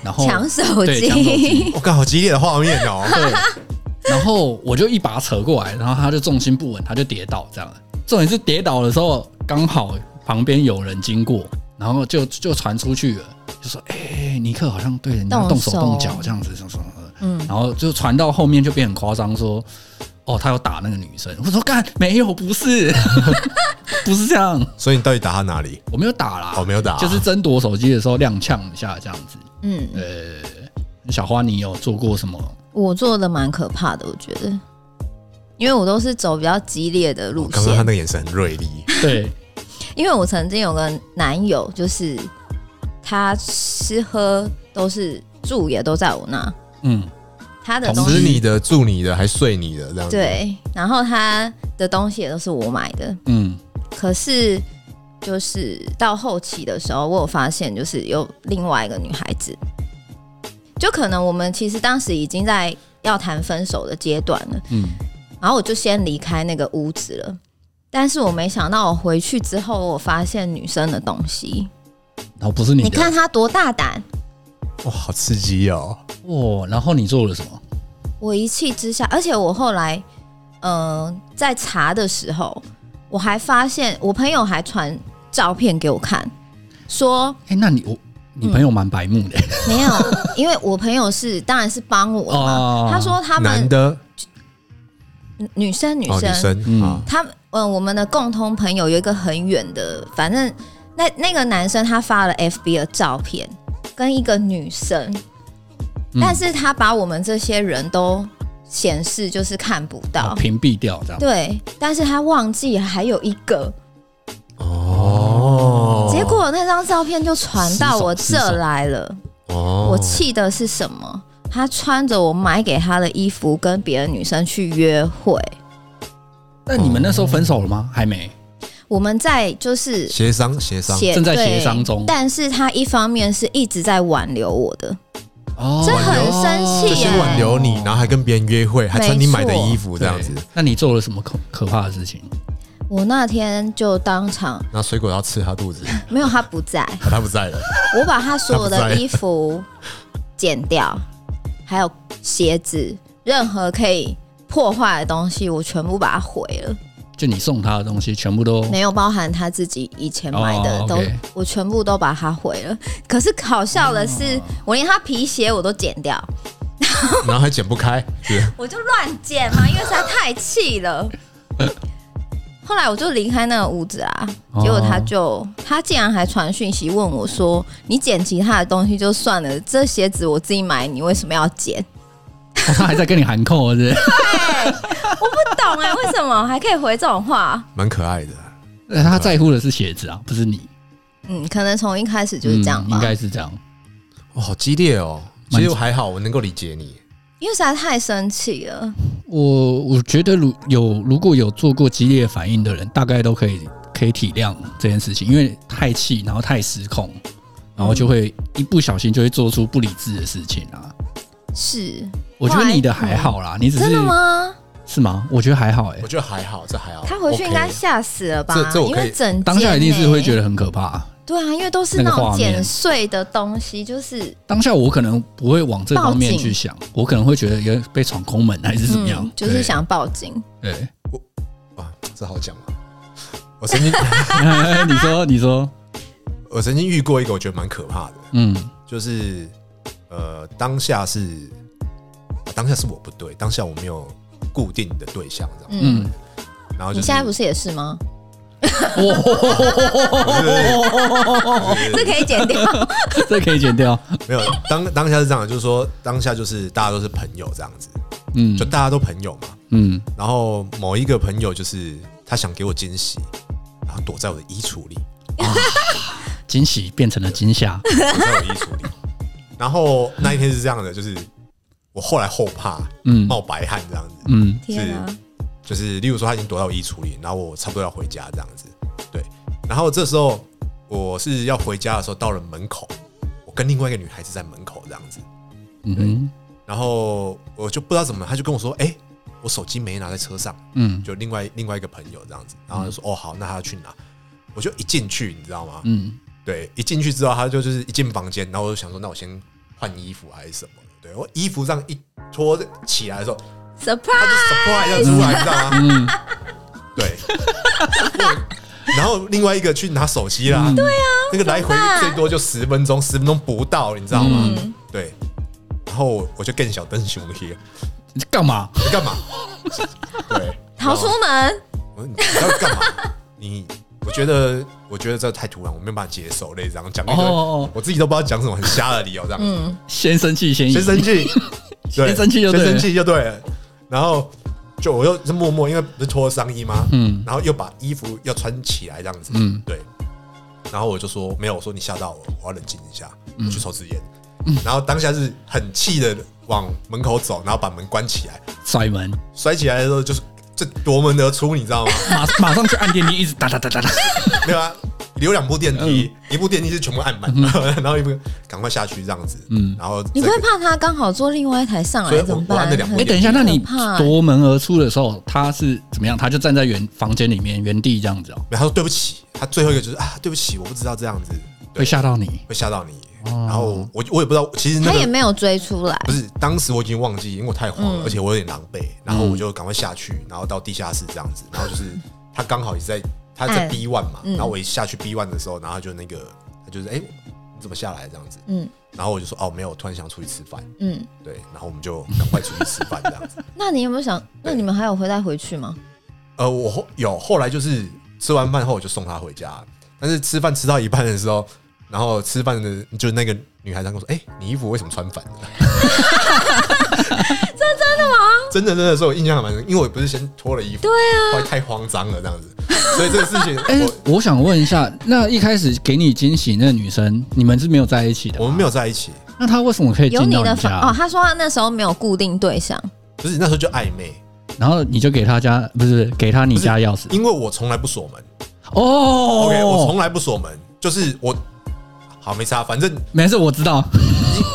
Speaker 2: 然后
Speaker 4: 抢手
Speaker 2: 对抢手
Speaker 4: 机，
Speaker 2: 机。
Speaker 3: 我看好激烈的画面 哦，
Speaker 2: 对，然后我就一把扯过来，然后他就重心不稳，他就跌倒这样。重点是跌倒的时候，刚好旁边有人经过，然后就就传出去了，就说：“哎、尼克好像对人家
Speaker 4: 动
Speaker 2: 动手
Speaker 4: 手
Speaker 2: 动脚这样子，什么什么的。”
Speaker 4: 嗯，
Speaker 2: 然后就传到后面就变很夸张，说哦，他有打那个女生。我说干，没有，不是， 不是这样，
Speaker 3: 所以你到底打他哪里？
Speaker 2: 我没有打啦，
Speaker 3: 哦没有打
Speaker 2: 就是争夺手机的时候踉跄一下这样子。
Speaker 4: 嗯，
Speaker 2: 小花，你有做过什么？
Speaker 4: 我做的蛮可怕的，我觉得，因为我都是走比较激烈的路
Speaker 3: 哦刚刚他
Speaker 4: 线
Speaker 3: 那，个眼神很锐利，
Speaker 2: 对，
Speaker 4: 因为我曾经有个男友，就是他吃喝都是住也都在我那，
Speaker 2: 嗯，
Speaker 4: 他的
Speaker 2: 同
Speaker 4: 东
Speaker 2: 时
Speaker 3: 吃
Speaker 4: 西
Speaker 3: 你的、住你的，还睡你的这样子。，
Speaker 4: 对，然后他的东西也都是我买的，
Speaker 2: 嗯，
Speaker 4: 可是就是到后期的时候，我有发现，就是有另外一个女孩子，就可能我们其实当时已经在要谈分手的阶段了，
Speaker 2: 嗯
Speaker 4: 嗯，然后我就先离开那个屋子了。但是我没想到，我回去之后，我发现女生的东西。
Speaker 2: 然后不是你的，
Speaker 4: 你看她多大胆！
Speaker 3: 哇，好刺激哦！
Speaker 2: 哦，然后你做了什么？
Speaker 4: 我一气之下，而且我后来，嗯、在查的时候，我还发现我朋友还传照片给我看，说
Speaker 2: 哎、那你我你朋友蛮白目的、
Speaker 4: 没有，因为我朋友是当然是帮我的嘛。
Speaker 2: 哦
Speaker 4: 他说他
Speaker 3: 男
Speaker 4: 们
Speaker 3: 的
Speaker 4: 女生女
Speaker 3: 哦，
Speaker 4: 生，
Speaker 3: 女生
Speaker 2: 嗯
Speaker 3: 啊，
Speaker 4: 他们嗯，我们的共同朋友有一个很远的，反正那那个男生他发了 FB 的照片，跟一个女生，
Speaker 2: 嗯
Speaker 4: 但是他把我们这些人都显示就是看不
Speaker 2: 哦
Speaker 4: 到，
Speaker 2: 屏蔽掉这样。
Speaker 4: 对，但是他忘记还有一个，嗯
Speaker 3: 哦，
Speaker 4: 结果那张照片就传到我
Speaker 2: 失手失
Speaker 4: 这
Speaker 2: 手
Speaker 4: 来了。
Speaker 3: 哦，
Speaker 4: 我气的是什么？他穿着我买给他的衣服跟别的女生去约会。
Speaker 2: 那你们那时候分手了吗？还没。
Speaker 4: 我们在就是
Speaker 3: 协商协商，
Speaker 4: 协
Speaker 2: 正在
Speaker 4: 对
Speaker 2: 协商中
Speaker 4: 但是他一方面是一直在挽留我的，
Speaker 2: 哦，
Speaker 4: 这很生气耶
Speaker 3: 先挽留你，然后还跟别人约会，还穿你买的衣服这样子
Speaker 2: 对。。那你做了什么可可怕的事情？
Speaker 4: 我那天就当场
Speaker 3: 拿水果要吃他肚子，
Speaker 4: 没有他不在，
Speaker 3: 啊他不在了。
Speaker 4: 我把他所有
Speaker 3: 他不
Speaker 4: 的
Speaker 3: 在
Speaker 4: 衣服剪掉，还有鞋子，任何可以破坏的东西，我全部把它毁了。
Speaker 2: 就你送他的东西全部都
Speaker 4: 没有包含他自己以前买的，
Speaker 2: 哦
Speaker 4: 都
Speaker 2: OK
Speaker 4: 我全部都把它毁了。可是好笑的是，
Speaker 2: 哦
Speaker 4: 我连他皮鞋我都剪掉，
Speaker 3: 然后还剪不开，是
Speaker 4: 我就乱剪嘛，因为实在太气了。后来我就离开那个屋子啊，
Speaker 2: 哦
Speaker 4: 结果他就他竟然还传讯息问我说：“你剪其他的东西就算了，这鞋子我自己买，你为什么要剪
Speaker 2: 哦他还在跟你喊扣，是不 是？？”
Speaker 4: 不懂哎、为什么还可以回这种话？
Speaker 3: 蛮可爱的。啊
Speaker 2: 那他在乎的是鞋子啊，不是你，
Speaker 4: 嗯，可能从一开始就是这样
Speaker 2: 嗯
Speaker 4: 吧
Speaker 2: 应，该是这样。
Speaker 3: 哇，好激烈哦！
Speaker 2: 蛮
Speaker 3: 其实还好，我能够理解你。
Speaker 4: 因为实在太生气了。
Speaker 2: 我我觉得如有如果有做过激烈反应的人，大概都可以可以体谅这件事情，因为太气，然后太失控，然后就会一不小心就会做出不理智的事情啊。
Speaker 4: 是
Speaker 2: 我觉得你的还好啦，你只
Speaker 4: 哎真
Speaker 2: 是
Speaker 4: 的吗？
Speaker 2: 是吗？我觉得还好哎、
Speaker 3: 我觉得还好，这还好。
Speaker 4: 他回去应该
Speaker 3: OK
Speaker 4: 吓死了吧？
Speaker 3: 这这我
Speaker 4: 因
Speaker 3: 可以
Speaker 4: 为整
Speaker 2: 当下一定是会觉
Speaker 4: 得
Speaker 2: 得很可怕。
Speaker 4: 对啊，因为都是
Speaker 2: 那个
Speaker 4: 那种
Speaker 2: 画面
Speaker 4: 剪碎的东西，就是
Speaker 2: 当下我可能不会往这方面
Speaker 4: 报警
Speaker 2: 去想，我可能会觉得有被闯空门还是怎么样，啊
Speaker 4: 嗯，就是
Speaker 2: 对
Speaker 4: 想报警。
Speaker 2: 对。
Speaker 3: 哇，这好讲吗？哦我曾经
Speaker 2: 你说，你说，
Speaker 3: 我曾经遇过一个我觉得蛮可怕的，
Speaker 2: 嗯，
Speaker 3: 就是呃，当下是当下是我不对，当下我没有固定的对象，这样。
Speaker 4: 嗯，
Speaker 2: 嗯
Speaker 3: 然后就
Speaker 4: 你现在不是也是吗？
Speaker 3: 哦
Speaker 4: 哦这可以剪 掉。
Speaker 2: 这可以剪掉，
Speaker 3: 没有当当下是这样的，就是说当下就是大家都是朋友这样子，
Speaker 2: 嗯
Speaker 3: 就大家都朋友嘛。
Speaker 2: 嗯，
Speaker 3: 然后某一个朋友就是他想给我惊喜，然后躲在我的衣橱 里，
Speaker 2: 惊喜变成了惊吓，
Speaker 3: 躲在我衣橱里。然后那一天是这样的，就是我后来后怕
Speaker 2: 嗯
Speaker 3: 冒白汗这样子，
Speaker 2: 嗯
Speaker 4: 天啊！
Speaker 3: 就是例如说他已经躲到我衣橱里，然后我差不多要回家这样子，对。然后这时候我是要回家的时候，到了门口，我跟另外一个女孩子在门口这样子，
Speaker 2: 嗯哼
Speaker 3: 然后我就不知道怎么，他就跟我说：“哎、我手机没拿在车上。”
Speaker 2: 嗯
Speaker 3: 就另外另外一个朋友这样子，然后他就说：“哦，好，那他要去拿。”我就一进去，你知道吗？
Speaker 2: 嗯，
Speaker 3: 对，一进去之后，他就就是一进房间，然后我就想说，那我先换衣服还是什么的？对我衣服这样一脱起来的时候，他
Speaker 2: 哎
Speaker 4: surprise，
Speaker 3: 就 surprise 要出来，你知道吗？嗯， 对。然后另外一个去拿手机啦，
Speaker 2: 嗯
Speaker 3: 对啊，那个来回最多就十分钟，十分钟不到，你知道吗？
Speaker 2: 嗯
Speaker 3: 对。然后我就更小灯熊黑，
Speaker 2: 你嗯干嘛？
Speaker 3: 你干嘛？对，
Speaker 4: 逃出门，
Speaker 3: 我说你你要干嘛？你我觉得，我觉得这太突然，我没有办法接受。类似这样讲一
Speaker 2: 哦
Speaker 3: 个，
Speaker 2: 哦，哦
Speaker 3: 我自己都不知道讲什么很瞎的理由，这样子。
Speaker 2: 先生气先赢
Speaker 3: 先，生气，对
Speaker 2: 先生气就对
Speaker 3: 先
Speaker 2: 了
Speaker 3: 生气就对了。然后就我又默默，因为不是脱上衣吗？
Speaker 2: 嗯
Speaker 3: 然后又把衣服要穿起来这样子，
Speaker 2: 嗯
Speaker 3: 对。然后我就说没有，我说你吓到我，我要冷静一下，
Speaker 2: 嗯
Speaker 3: 我去抽支烟。然后当下是很气的往门口走，然后把门关起来，
Speaker 2: 甩门，
Speaker 3: 甩起来的时候就是这夺门而出，你知道吗？
Speaker 2: 马 马上去按电梯，一直哒哒哒哒哒，
Speaker 3: 对啊，留两部电梯，
Speaker 2: 嗯
Speaker 3: 一部电梯是全部按满， 然后一部赶快下去这样子，嗯，然后
Speaker 4: 你
Speaker 3: 再
Speaker 4: 不会怕他刚好坐另外一台上
Speaker 3: 所以
Speaker 4: 来
Speaker 3: 我
Speaker 4: 怎么
Speaker 3: 我按
Speaker 4: 办
Speaker 3: 那？两
Speaker 2: 哎、
Speaker 3: 部
Speaker 4: 很
Speaker 2: 等一下，那你
Speaker 4: 很可怕欸
Speaker 2: 夺门而出的时候，他是怎么样？他就站在原房间里面原地这样子哦，
Speaker 3: 然后他说对不起，他最后一个就是啊，对不起，我不知道这样子对
Speaker 2: 会吓哦到你。
Speaker 3: 会吓到你，然后我我也不知道，其实那
Speaker 4: 他也
Speaker 3: 个
Speaker 4: 没有嗯追出来，
Speaker 3: 不是当时我已经忘记，因为我太慌了，而且我有点狼狈，然后我就赶快下去，
Speaker 4: 嗯
Speaker 3: 然后到地下室这样子，然后就是他刚好也在他在
Speaker 4: 按
Speaker 3: B one 嘛，
Speaker 4: 嗯
Speaker 3: 然后我一下去 B one 的时候，然后他就那个他就是哎、你怎么下来这样子，
Speaker 4: 嗯
Speaker 3: 然后我就说哦没有，我突然想出去吃饭，
Speaker 4: 嗯。
Speaker 3: 对，然后我们就赶快出去吃饭这样子。
Speaker 4: 那你有没有想？那你们还有回来回去吗？
Speaker 3: 呃，我后有后来就是吃完饭后我就送她回家，但是吃饭吃到一半的时候，然后吃饭的就那个女孩子她跟我说：“哎、你衣服为什么穿反了？” 这真的吗？真的真的，所以我印象还蛮深，因为我不是先脱了衣服，对啊，后来太慌张了这样子，所以这个事情
Speaker 2: 哎、
Speaker 3: 我。
Speaker 2: 我想问一下，那一开始给你惊喜那个女生，你们是没有在一起的？
Speaker 3: 我们没
Speaker 2: 有。
Speaker 3: 有在一起，
Speaker 2: 那她为什么可以进
Speaker 4: 有
Speaker 2: 到
Speaker 4: 你的
Speaker 2: 家？
Speaker 4: 房哦，他说他那时候没有固定对象，
Speaker 3: 不是那时候就暧昧，
Speaker 2: 然后你就给他家不是给他你
Speaker 3: 不是
Speaker 2: 家钥匙
Speaker 3: 因为我从来不锁门。
Speaker 2: 哦
Speaker 3: OK，我从来不锁门，就是我好没差，反正
Speaker 2: 没事，我知道，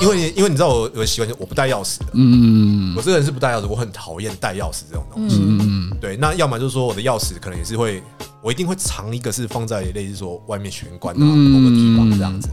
Speaker 3: 因因为因为你知道我我的习惯，就是我不带钥匙的，
Speaker 2: 嗯
Speaker 3: 我这个人是不带钥匙，我很讨厌带钥匙这种东西。
Speaker 2: 嗯
Speaker 3: 对，那要么就是说我的钥匙可能也是会，我一定会藏一个是放在类似说外面玄关啊
Speaker 2: 嗯
Speaker 3: 某个地方这样子。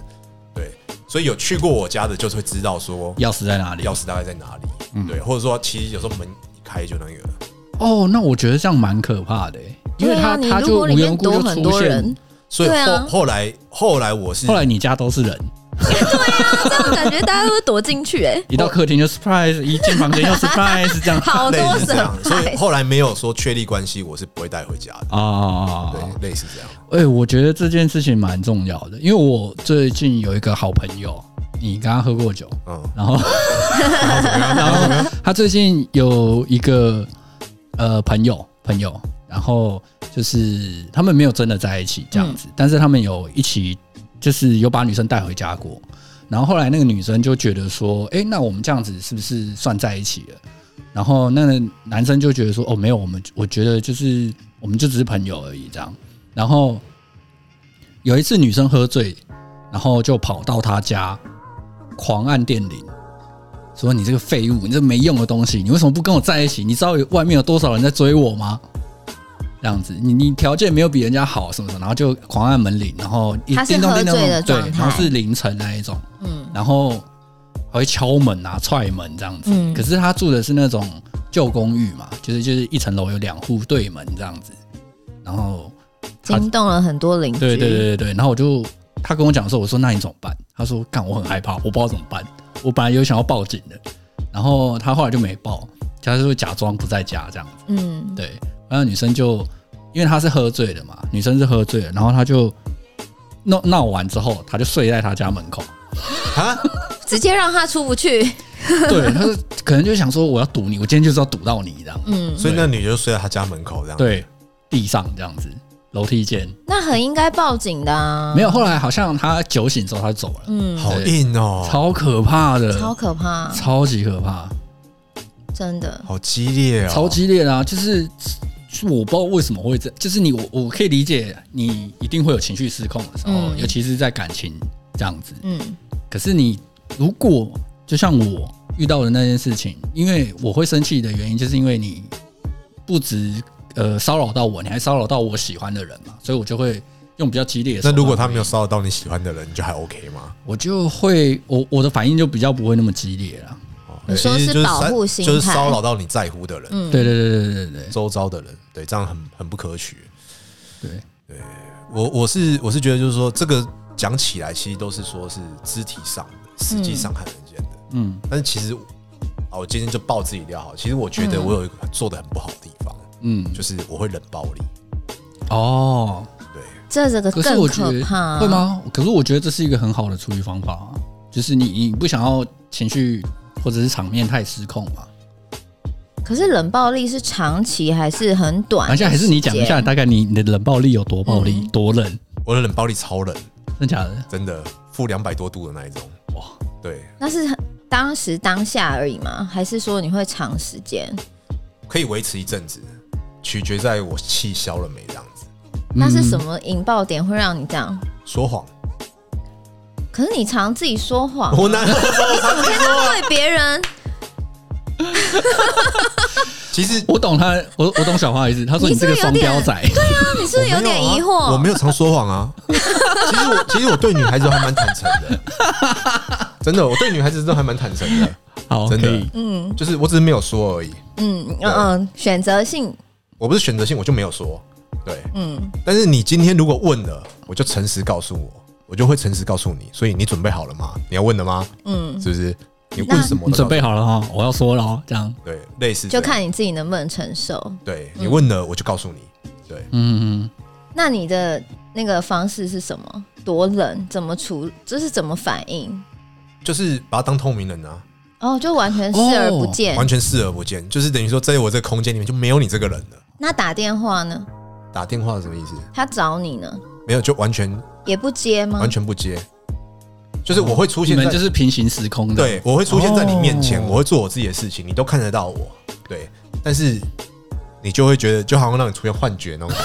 Speaker 3: 对，所以有去过我家的，就是会知道说哦
Speaker 2: 钥匙在哪里？
Speaker 3: 钥匙大概在哪里。
Speaker 2: 嗯
Speaker 3: 对，或者说其实有时候门一开就那个，
Speaker 2: 哦，那我觉得这样蛮可怕的欸，因为
Speaker 4: 对啊
Speaker 2: 他
Speaker 4: 你
Speaker 2: 他
Speaker 4: 如
Speaker 2: 就
Speaker 4: 果
Speaker 2: 无
Speaker 4: 里面
Speaker 2: 缘无故
Speaker 4: 多
Speaker 2: 就
Speaker 4: 很
Speaker 2: 出
Speaker 4: 多人
Speaker 2: 现，，
Speaker 3: 所以后、
Speaker 4: 对啊
Speaker 3: 后来后来我是
Speaker 2: 后来你家都是人，
Speaker 4: 这样感觉大家都会躲进去哎、
Speaker 2: 一到客厅就 surprise，一进房间又 surprise 这样。
Speaker 4: 好多
Speaker 3: 类似这样，所以
Speaker 4: surprise，
Speaker 3: 后来没有说确立关系，我是不会带回家的。
Speaker 2: 啊，
Speaker 3: 对，类似这样。
Speaker 2: 哎、我觉得这件事情蛮重要的，因为我最近有一个好朋友，你刚刚喝过酒，
Speaker 3: 嗯，
Speaker 2: 然后 然后他最近有一个呃朋友朋友，然后就是他们没有真的在一起这样子，但是他们有一起就是有把女生带回家过，然后后来那个女生就觉得说，哎、那我们这样子是不是算在一起了？然后那个男生就觉得说，哦，没有，我们我觉得就是我们就只是朋友而已这样。然后有一次女生喝醉，然后就跑到他家，狂按电铃，说你这个废物，你这没用的东西，你为什么不跟我在一起？你知道外面有多少人在追我吗？这样子，你你条件没有比人家好什么什么，然后就狂按门铃，然后一
Speaker 4: 他是
Speaker 2: 叮咚
Speaker 4: 喝
Speaker 2: 叮咚
Speaker 4: 醉的
Speaker 2: 对
Speaker 4: 状，态
Speaker 2: 然后是凌晨那一种，
Speaker 4: 嗯
Speaker 2: 然后还会敲门啊、踹门这样子。
Speaker 4: 嗯
Speaker 2: 可是他住的是那种旧公寓嘛，就是就是一层楼有两户对门这样子，然后他
Speaker 4: 惊动了很多邻居，
Speaker 2: 对对对对对，然后我就他跟我讲说，我说那你怎么办？他说干，我很害怕，我不知道怎么办。我本来有想要报警的，然后他后来就没报，他就假装不在家这样子。
Speaker 4: 嗯，
Speaker 2: 对，然后女生就因为他是喝醉了嘛，女生是喝醉了，然后他就闹闹完之后，他就睡在他家门口。
Speaker 3: 啊，
Speaker 4: 直接让他出不去，
Speaker 2: 对，他就可能就想说我要堵你，我今天就是要堵到你这样。
Speaker 4: 嗯，
Speaker 3: 所以那女的就睡在他家门口这样。，
Speaker 2: 对，地上这样子，楼梯间
Speaker 4: 那很应该报警的
Speaker 3: 嗯
Speaker 4: 啊，
Speaker 2: 没有。后来好像他酒醒之后他就走了，
Speaker 4: 嗯，
Speaker 3: 好硬哦，
Speaker 2: 超可怕的，
Speaker 4: 超可怕，
Speaker 2: 超级可怕，
Speaker 4: 真的，
Speaker 3: 好激烈哦，
Speaker 2: 超激烈啦、就是。是我不知道为什么会这，就是你我我可以理解，你一定会有情绪失控的时候，
Speaker 4: 嗯
Speaker 2: 尤其是在感情这样子。
Speaker 4: 嗯
Speaker 2: 可是你如果就像我遇到的那件事情，因为我会生气的原因，就是因为你不止呃骚扰到我，你还骚扰到我喜欢的人嘛，所以我就会用比较激烈的手
Speaker 3: 那
Speaker 2: 段。
Speaker 3: 如果他没有骚扰到你喜欢的人，你就还 OK 吗？
Speaker 2: 我就会我我的反应就比较不会那么激烈了。
Speaker 3: 哦
Speaker 4: 你说
Speaker 3: 其实就是
Speaker 4: 保护心态
Speaker 3: 就是骚扰到你在乎的人，
Speaker 4: 嗯，
Speaker 2: 对对对对对对
Speaker 3: 周遭的人，对，这样很很不可取。
Speaker 2: 对，
Speaker 3: 我我是我是觉得就是说，这个讲起来其实都是说是肢体上的，实际伤害人间的，
Speaker 2: 嗯
Speaker 3: 但是其实。啊，我今天就爆自己料好。其实我觉
Speaker 4: 嗯
Speaker 3: 得我有一个做的很不好的地方，
Speaker 2: 嗯，
Speaker 3: 就是我会冷暴力。
Speaker 2: 哦，
Speaker 3: 对，
Speaker 4: 这这个
Speaker 2: 可是我
Speaker 4: 更
Speaker 2: 觉得
Speaker 4: 可怕，
Speaker 2: 会？吗？可是我觉得这是一个很好的处理方法、啊，就是你你不想要情绪或者是场面太失控嘛。
Speaker 4: 可是冷暴力是长期还是很短？
Speaker 2: 而且还是你讲一下，，大概你你的冷暴力有多暴力、
Speaker 4: 嗯
Speaker 2: 多冷？
Speaker 3: 我的冷暴力超冷，
Speaker 2: 真假的？
Speaker 3: 真的负两百多度的那一种。
Speaker 2: 哇，
Speaker 3: 对，
Speaker 4: 那是当时当下而已吗？还是说你会长时间？
Speaker 3: 可以维持一阵子，取决在我气消了没这样子。
Speaker 4: 那是什
Speaker 2: 么？
Speaker 4: 么引爆点会让你这样？
Speaker 3: 说谎，
Speaker 4: 可是你常自己说谎，
Speaker 3: 我哪有？
Speaker 4: 对别人，
Speaker 3: 其实
Speaker 2: 我懂他，我我懂小花的意思。他说
Speaker 4: 你
Speaker 2: 你这个
Speaker 4: 是不是有点
Speaker 2: 双标仔，
Speaker 4: 你是不是有点疑惑？
Speaker 3: 啊我没有常说 谎啊。其实我其实我对女孩子都还蛮坦诚的，真的，我对女孩子都还蛮坦诚的，
Speaker 4: 啊
Speaker 2: 好，
Speaker 3: 真
Speaker 2: 可
Speaker 3: 的
Speaker 2: 以。
Speaker 4: 嗯
Speaker 3: 就是我只是没有说而已。
Speaker 4: 嗯嗯嗯，选择性，
Speaker 3: 我不是选择性，我就没有说。对，
Speaker 4: 嗯，
Speaker 3: 但是你今天如果问了，我就诚实告诉我，我就会诚实告诉你。所以你准备好了吗？你要问了吗？
Speaker 4: 嗯
Speaker 3: 嗯，是不是？你
Speaker 4: 那
Speaker 3: 问什么
Speaker 2: 嗯你
Speaker 3: 的？
Speaker 2: 准备好了哈，我要说了哦，这样，
Speaker 3: 对，类似
Speaker 4: 就
Speaker 3: 这样
Speaker 4: 看你自己能不能承受。
Speaker 3: 对你问了，我就告诉你。对，
Speaker 2: 嗯嗯
Speaker 4: 那你的那个方式是什么？多冷？怎么处？这是怎么反应？
Speaker 3: 就是把它当透明人啊，
Speaker 4: 哦，就完全视而不见。
Speaker 3: 完全视而不见，就是等于说在我这个空间里面就没有你这个人了。
Speaker 4: 那打电话呢？
Speaker 3: 打电话是什么意思？
Speaker 4: 他找你呢，
Speaker 3: 没有，就完全
Speaker 4: 也不接吗
Speaker 3: 完？全不接，就是我会出
Speaker 2: 嗯，
Speaker 3: 现
Speaker 2: 你们
Speaker 3: 在，
Speaker 2: 就是平行时空的，
Speaker 3: 对，我会出现在你面前，
Speaker 2: 哦
Speaker 3: 我会做我自己的事情，你都看得到我，对，但是你就会觉得就好像让你出现幻觉那种感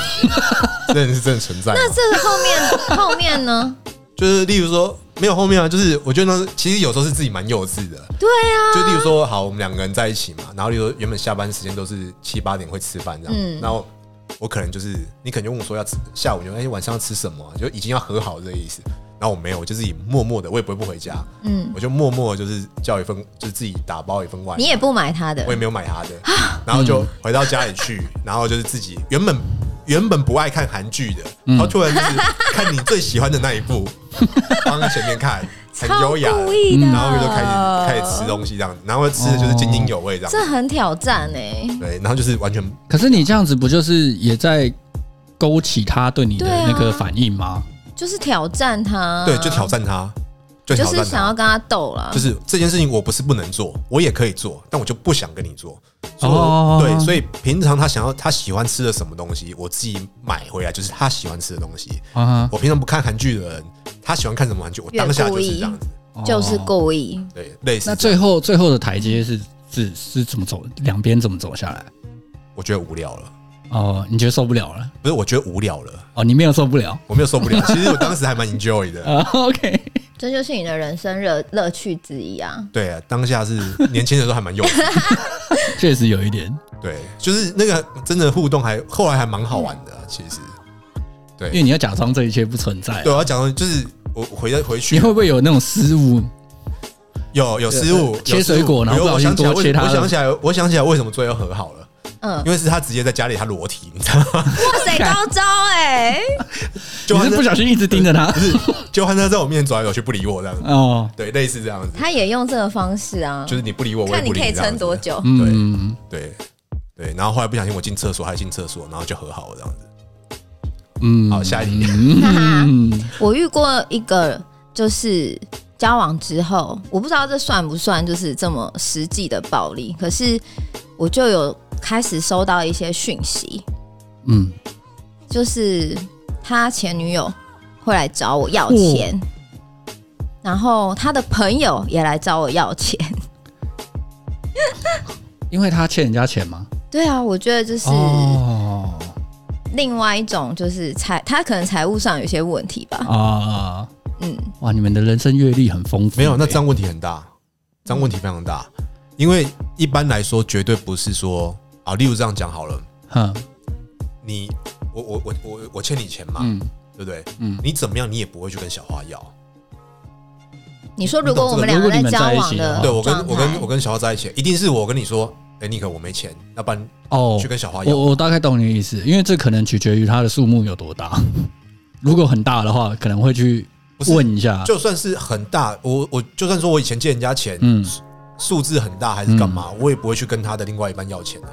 Speaker 3: 觉，真的是真的存在吗？哦
Speaker 4: 那这个后面 后面呢？
Speaker 3: 就是例如说没有后面啊，就是我觉得呢，其实有时候是自己蛮幼稚的，
Speaker 4: 对啊，
Speaker 3: 就例如说，好，我们两个人在一起嘛，然后例如说原本下班时间都是七八点会吃饭这样，
Speaker 4: 嗯
Speaker 3: 然后我可能就是你可能就问我说要吃下午就哎、晚上要吃什么啊、就已经要和好这个意思，然后我没有，我就自己默默的，我也不会不回家，
Speaker 4: 嗯，
Speaker 3: 我就默默地就是叫一份，就是自己打包一份外
Speaker 4: 你
Speaker 3: 卖，
Speaker 4: 也不买他的
Speaker 3: 我也没有买他的，然后就回到家里去，然后就是自己原本原本不爱看韩剧的，
Speaker 4: 嗯
Speaker 3: 然后突然就是看你最喜欢的那一 部，放在前面看，很优雅，嗯
Speaker 4: 超故意的
Speaker 3: 然后就开始开始吃东西这样，然后吃的就是津津有味这
Speaker 4: 这
Speaker 3: 样，
Speaker 4: 很挑战哎、
Speaker 3: 对，然后就是完全
Speaker 4: 嗯
Speaker 2: 可是你这样子不就是也在勾起他对你的
Speaker 4: 对啊
Speaker 2: 那个反应吗？
Speaker 4: 就是挑战他，
Speaker 3: 对，就挑，战他，就
Speaker 4: 就
Speaker 3: 挑
Speaker 4: 是
Speaker 3: 战
Speaker 4: 想要
Speaker 3: 他，
Speaker 4: 跟他斗啦。
Speaker 3: 就是这件事情我不是不能做，我也可以做，但我就不想跟你做。所以我
Speaker 2: 哦
Speaker 3: 对，所以平常他想要他喜欢吃的什么东西，我自己买回来就是他喜欢吃的东西。
Speaker 2: 啊
Speaker 3: 我平常不看韩剧的人，他喜欢看什么韩剧，我当下就是这样子，
Speaker 2: 哈，
Speaker 4: 就是
Speaker 2: 哦
Speaker 4: 故意，
Speaker 3: 对，类似这
Speaker 2: 那
Speaker 3: 样。
Speaker 2: 最后最后的台阶是是是怎么走？两边怎么走下来？
Speaker 3: 我觉得无聊了，
Speaker 2: 哦，你觉得受不了了？
Speaker 3: 不是，我觉得无聊了，
Speaker 2: 哦，你没有受不了
Speaker 3: 我没有受 不了。其实我当时还蛮 enjoy 的，
Speaker 2: 啊？OK，
Speaker 4: 这就是你的人生乐乐趣之一啊！
Speaker 3: 对啊，当下是年轻的时候还蛮幼 稚，
Speaker 2: 确实有一点，
Speaker 3: 对，就是那个真的互动还后来还蛮好玩的啊，其实。对，
Speaker 2: 因为你要假装这一切不存在
Speaker 3: 对，。我要讲的就是我我回到回去
Speaker 2: 你会不会有那种失误？
Speaker 3: 有有失误，
Speaker 2: 呃切
Speaker 3: 有失误
Speaker 2: 水果然后
Speaker 3: 有
Speaker 2: 不小心
Speaker 3: 我想起来
Speaker 2: 多
Speaker 3: 为
Speaker 2: 切它
Speaker 3: 我
Speaker 2: 了
Speaker 3: 想起来，我想起来为什么最后和好了，
Speaker 4: 嗯，
Speaker 3: 因为是他直接在家里他裸体，你知道吗？
Speaker 4: 哇塞，高招哎、
Speaker 3: 就
Speaker 2: 你是
Speaker 3: 他
Speaker 2: 不小心一直盯着他
Speaker 3: 不是，就他在我面前走来走去不理我这样子，
Speaker 2: 哦，
Speaker 3: 对，类似这样子，
Speaker 4: 他也用这个方式啊，
Speaker 3: 就是你不理我，我也
Speaker 4: 看
Speaker 3: 不
Speaker 4: 你
Speaker 3: 理
Speaker 4: 可以
Speaker 3: 这样
Speaker 4: 撑
Speaker 3: 子
Speaker 4: 多，久。
Speaker 2: 嗯，
Speaker 3: 对对，然后后来不小心我进厕所，还进厕所，然后就和好了这样子。
Speaker 2: 嗯，
Speaker 3: 好，下一题，
Speaker 2: 嗯，
Speaker 4: 我遇过一个，就是交往之后，我不知道这算不算就是这么实际的暴力，可是我就有开始收到一些讯息，
Speaker 2: 嗯，
Speaker 4: 就是他前女友会来找我
Speaker 3: 哦
Speaker 4: 要钱，然后他的朋友也来找我要钱。
Speaker 2: 因为他欠人家钱嘛。
Speaker 4: 对啊，我觉得就是
Speaker 2: 哦
Speaker 4: 另外一种，就是财，他可能财务上有些问题吧。
Speaker 2: 啊，
Speaker 4: 嗯，
Speaker 2: 哇，你们的人生阅历很丰富。
Speaker 3: 没有，那这样问题很大，这样问题非常大，因为一般来说绝对不是说啊，例如这样讲好了，
Speaker 2: 哼，
Speaker 3: 你我我我我我欠你钱嘛，
Speaker 2: 嗯
Speaker 3: 对不对？
Speaker 2: 嗯
Speaker 3: 你怎么样，你也不会去跟小花要。
Speaker 4: 你说如果我们两
Speaker 2: 如
Speaker 4: 个
Speaker 2: 果你
Speaker 4: 在
Speaker 2: 们
Speaker 4: 交
Speaker 2: 在一
Speaker 4: 往
Speaker 2: 起的
Speaker 4: 的
Speaker 2: 话
Speaker 3: 对我跟
Speaker 4: 状
Speaker 3: 我跟
Speaker 4: 态
Speaker 3: 我跟小花在一起，一定是我跟你说，哎，尼克我没钱，要不然
Speaker 2: 哦
Speaker 3: 去，跟小花要。
Speaker 2: 我我大概懂你的意思，因为这可能取决于它的数目有多 大。如果很大的话，可能会去
Speaker 3: 不是
Speaker 2: 问一下。
Speaker 3: 就算是很大，我我就算说我以前借人家钱，
Speaker 2: 嗯，
Speaker 3: 数字很大还是干嘛，我也不会去跟他的另外一半要钱的、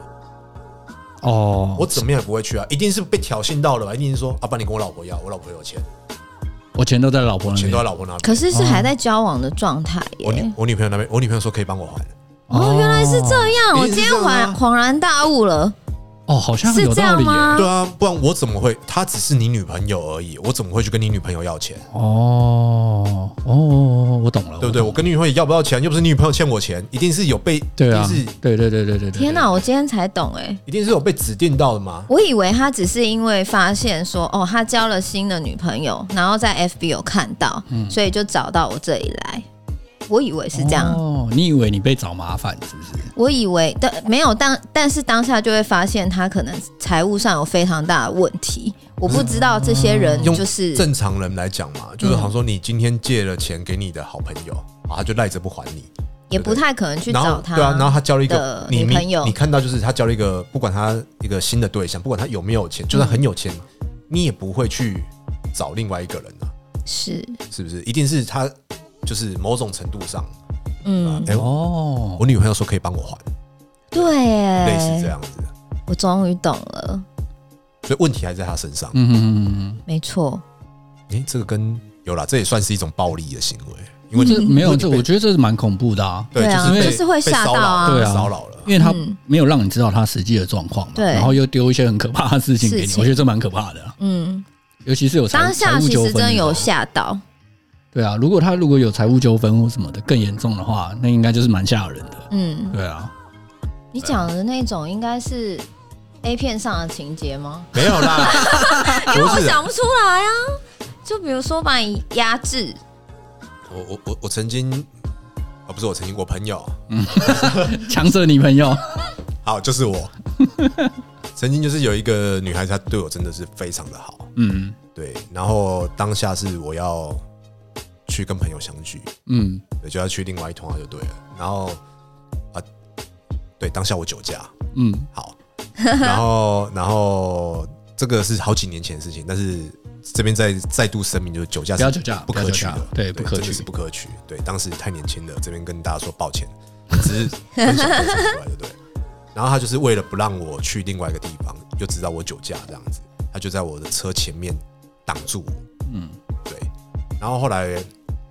Speaker 2: 哦，
Speaker 3: 我怎么样也不会去啊，一定是被挑衅到了吧？一定是说，啊，不然你跟我老婆要，我老婆有钱，
Speaker 4: 啊
Speaker 2: 我钱都在老婆那
Speaker 3: 钱
Speaker 2: 边
Speaker 3: 都在。老婆那边。
Speaker 4: 可是是还在交往的状态
Speaker 3: 我女
Speaker 4: 耶。
Speaker 3: 我女朋友那边，我女朋友说可以帮我还，
Speaker 4: 哦，原来是这样，我
Speaker 3: 一定
Speaker 4: 今天
Speaker 3: 是这样啊
Speaker 4: 恍恍然大悟了，
Speaker 2: 哦，好像
Speaker 4: 是
Speaker 2: 有
Speaker 4: 这
Speaker 2: 道
Speaker 4: 样
Speaker 2: 理耶。
Speaker 4: 吗？
Speaker 3: 对啊，不然我怎么会？她只是你女朋友而已，我怎么会去跟你女朋友要钱？
Speaker 2: 哦哦，我懂了，
Speaker 3: 对
Speaker 4: 嗯
Speaker 3: 不对？
Speaker 2: 懂
Speaker 3: 我跟你女朋友要不到钱，又不是你女朋友欠我钱，一定是有被，
Speaker 2: 对
Speaker 3: 一
Speaker 2: 啊
Speaker 3: 定是，
Speaker 2: 对对对对对对。
Speaker 4: 天哪，我今天才懂哎、
Speaker 3: 一定是有被指定到的嘛。
Speaker 4: 我以为他只是因为发现说，哦，他交了新的女朋友，然后在 FB 有看到，
Speaker 3: 嗯
Speaker 4: 所以就找到我这里来。我以为是这样，
Speaker 2: 哦，你以为你被找麻烦是不是？
Speaker 4: 我以为但没有当，但是当下就会发现他可能财务上有非常大的问题。我不知道这些人
Speaker 3: 嗯用
Speaker 4: 嗯就是嗯
Speaker 3: 正常人来讲嘛，就是好像说你今天借了钱给你的好朋友，啊，他就赖着不还你，
Speaker 4: 也不太可能去
Speaker 3: 然
Speaker 4: 找
Speaker 3: 后
Speaker 4: 他。
Speaker 3: 对啊，然后他交了一个
Speaker 4: 的
Speaker 3: 你
Speaker 4: 女
Speaker 3: 你
Speaker 4: 朋友
Speaker 3: 你看到就是他交了一个，不管他一个新的对象，不管他有没有钱，就算
Speaker 4: 嗯
Speaker 3: 很有钱，你也不会去找另外一个人啊，
Speaker 4: 是，
Speaker 3: 是不是？一定是他就是某种程度上，
Speaker 4: 嗯，
Speaker 3: 哎、
Speaker 2: 哦，
Speaker 3: 我女朋友说可以帮我还，
Speaker 4: 对耶，
Speaker 3: 类似这样子，
Speaker 4: 我终于懂了，
Speaker 3: 所以问题还在他身上。
Speaker 2: 嗯嗯嗯
Speaker 4: 没错，
Speaker 3: 哎、这个跟有啦，这也算是一种暴力的行为，因为
Speaker 2: 嗯，
Speaker 3: 你
Speaker 2: 这没有
Speaker 3: 因为你
Speaker 2: 这，
Speaker 3: 被
Speaker 2: 我觉得这是蛮恐怖的啊，
Speaker 3: 对，
Speaker 4: 对啊
Speaker 3: 就是被
Speaker 4: 就是会
Speaker 3: 被
Speaker 4: 吓
Speaker 3: 骚
Speaker 4: 到啊
Speaker 3: 扰
Speaker 2: 对啊
Speaker 3: 骚扰了。
Speaker 2: 因为他
Speaker 4: 嗯
Speaker 2: 没有让你知道他实际的状况嘛，
Speaker 4: 对
Speaker 2: 然后又丢一些很可怕的事情给
Speaker 4: 事
Speaker 2: 你，
Speaker 4: 情
Speaker 2: 我觉得这蛮可怕的啊，
Speaker 4: 嗯，
Speaker 2: 尤其是有财
Speaker 4: 当
Speaker 2: 财
Speaker 4: 下
Speaker 2: 务
Speaker 4: 其
Speaker 2: 纠
Speaker 4: 实
Speaker 2: 纷
Speaker 4: 真
Speaker 2: 的
Speaker 4: 的有
Speaker 2: 时候
Speaker 4: 吓到，
Speaker 2: 对啊，如果他如果有财务纠纷或什么的更严重的话，那应该就是蛮吓人的，
Speaker 4: 嗯，
Speaker 2: 对啊，
Speaker 4: 你讲的那种应该是 A 片上的情节吗？
Speaker 3: 没有啦，
Speaker 4: 因为
Speaker 3: 不
Speaker 4: 我
Speaker 3: 是啊
Speaker 4: 想不出来啊，就比如说把你压制，
Speaker 3: 我我我我曾经啊、不是我曾经，我朋友，
Speaker 2: 强者女朋 友，
Speaker 3: 好，就是我， 曾经就是有一个女孩子，她对我真的是非常的好，
Speaker 2: 嗯
Speaker 3: 对，然后当下是我要去跟朋友相聚，
Speaker 2: 嗯，
Speaker 3: 对，就要去另外一团就对了，然后啊，对，当下我酒驾，
Speaker 2: 嗯，
Speaker 3: 好，然后然后这个是好几年前的事情，但是这边再再度声明，就是酒驾是
Speaker 2: 不要酒驾不
Speaker 3: 不可
Speaker 2: 要酒
Speaker 3: 取
Speaker 2: 驾
Speaker 3: 的，
Speaker 2: 对不可
Speaker 3: 真的
Speaker 2: 取
Speaker 3: 是不可取。对，当时太年轻了，这边跟大家说抱歉，只是分享分享出来的，对。然后他就是为了不让我去另外一个地方，又知道我酒驾这样子，他就在我的车前面挡住我，嗯，对。然后后来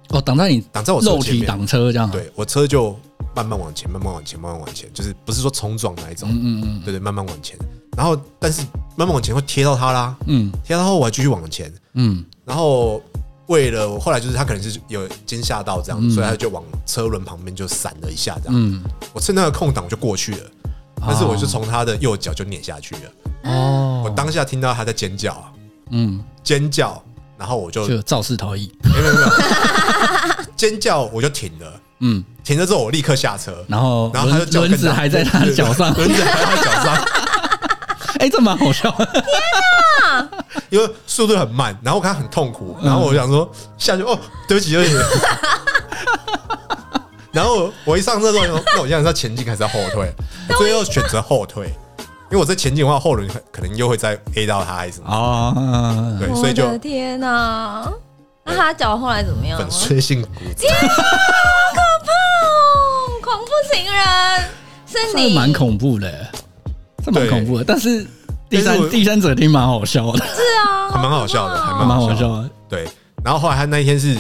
Speaker 2: 哦，挡在你
Speaker 3: 挡在我车
Speaker 2: 肉
Speaker 3: 前
Speaker 2: 体
Speaker 3: 面，
Speaker 2: 挡车这样，，
Speaker 3: 对我车就慢慢往前，慢慢往前，慢慢往前，就是不是说冲撞那一种，
Speaker 2: 嗯嗯
Speaker 3: 对对，慢慢往前。然后但是慢慢往前会贴到他啦，
Speaker 2: 嗯
Speaker 3: 贴到他后我还继续往前，
Speaker 2: 嗯
Speaker 3: 然后为了我后来就是他可能是有惊吓到这样，
Speaker 2: 嗯
Speaker 3: 所以他就往车轮旁边就闪了一下这样。
Speaker 2: 嗯，啊
Speaker 3: 我趁那个空档我就过去了，但是我就从他的右脚就碾下去了。
Speaker 4: 啊
Speaker 2: 哦，
Speaker 3: 我当下听到他在尖叫啊，
Speaker 2: 嗯
Speaker 3: 尖叫，然后我就
Speaker 2: 就肇事逃逸，
Speaker 3: 没有没有没有尖叫，我就停了。
Speaker 2: 嗯，
Speaker 3: 停了之后，我立刻 下车，
Speaker 2: 然后
Speaker 3: 然后他
Speaker 2: 哦
Speaker 3: 就
Speaker 2: 轮
Speaker 3: 叫
Speaker 2: 轮
Speaker 3: 更
Speaker 2: 子
Speaker 3: 大
Speaker 2: 还在他的脚上，
Speaker 3: 轮子还在他脚上，
Speaker 2: 哎，这蛮好笑的，
Speaker 3: 因为速度很慢，然后我看他很痛苦，
Speaker 2: 嗯
Speaker 3: 然后我想说下去哦，对不起对不起。 然后我一上车之后，想说那我现在是要前进还是要后退？我最后选择后退，因为我在前进的话，后轮可能又会再 A 到他还是什么，
Speaker 2: 哦，
Speaker 3: 对，
Speaker 4: 我
Speaker 3: 所以就
Speaker 4: 的天哪、那他脚后来怎么样？啊
Speaker 3: 粉碎性骨折。
Speaker 4: 哦，恐怖情人是
Speaker 2: 这
Speaker 4: 你，
Speaker 2: 蛮恐怖的，这蛮
Speaker 3: 对
Speaker 2: 恐怖的，但是第
Speaker 3: 但是
Speaker 2: 三
Speaker 3: 我
Speaker 2: 第三者听蛮好笑的，
Speaker 4: 是啊，
Speaker 3: 还蛮好笑的
Speaker 4: 可怕哦
Speaker 3: 还
Speaker 2: 蛮好
Speaker 3: 蛮好
Speaker 2: 笑的，
Speaker 3: 对，然后后来他那一天是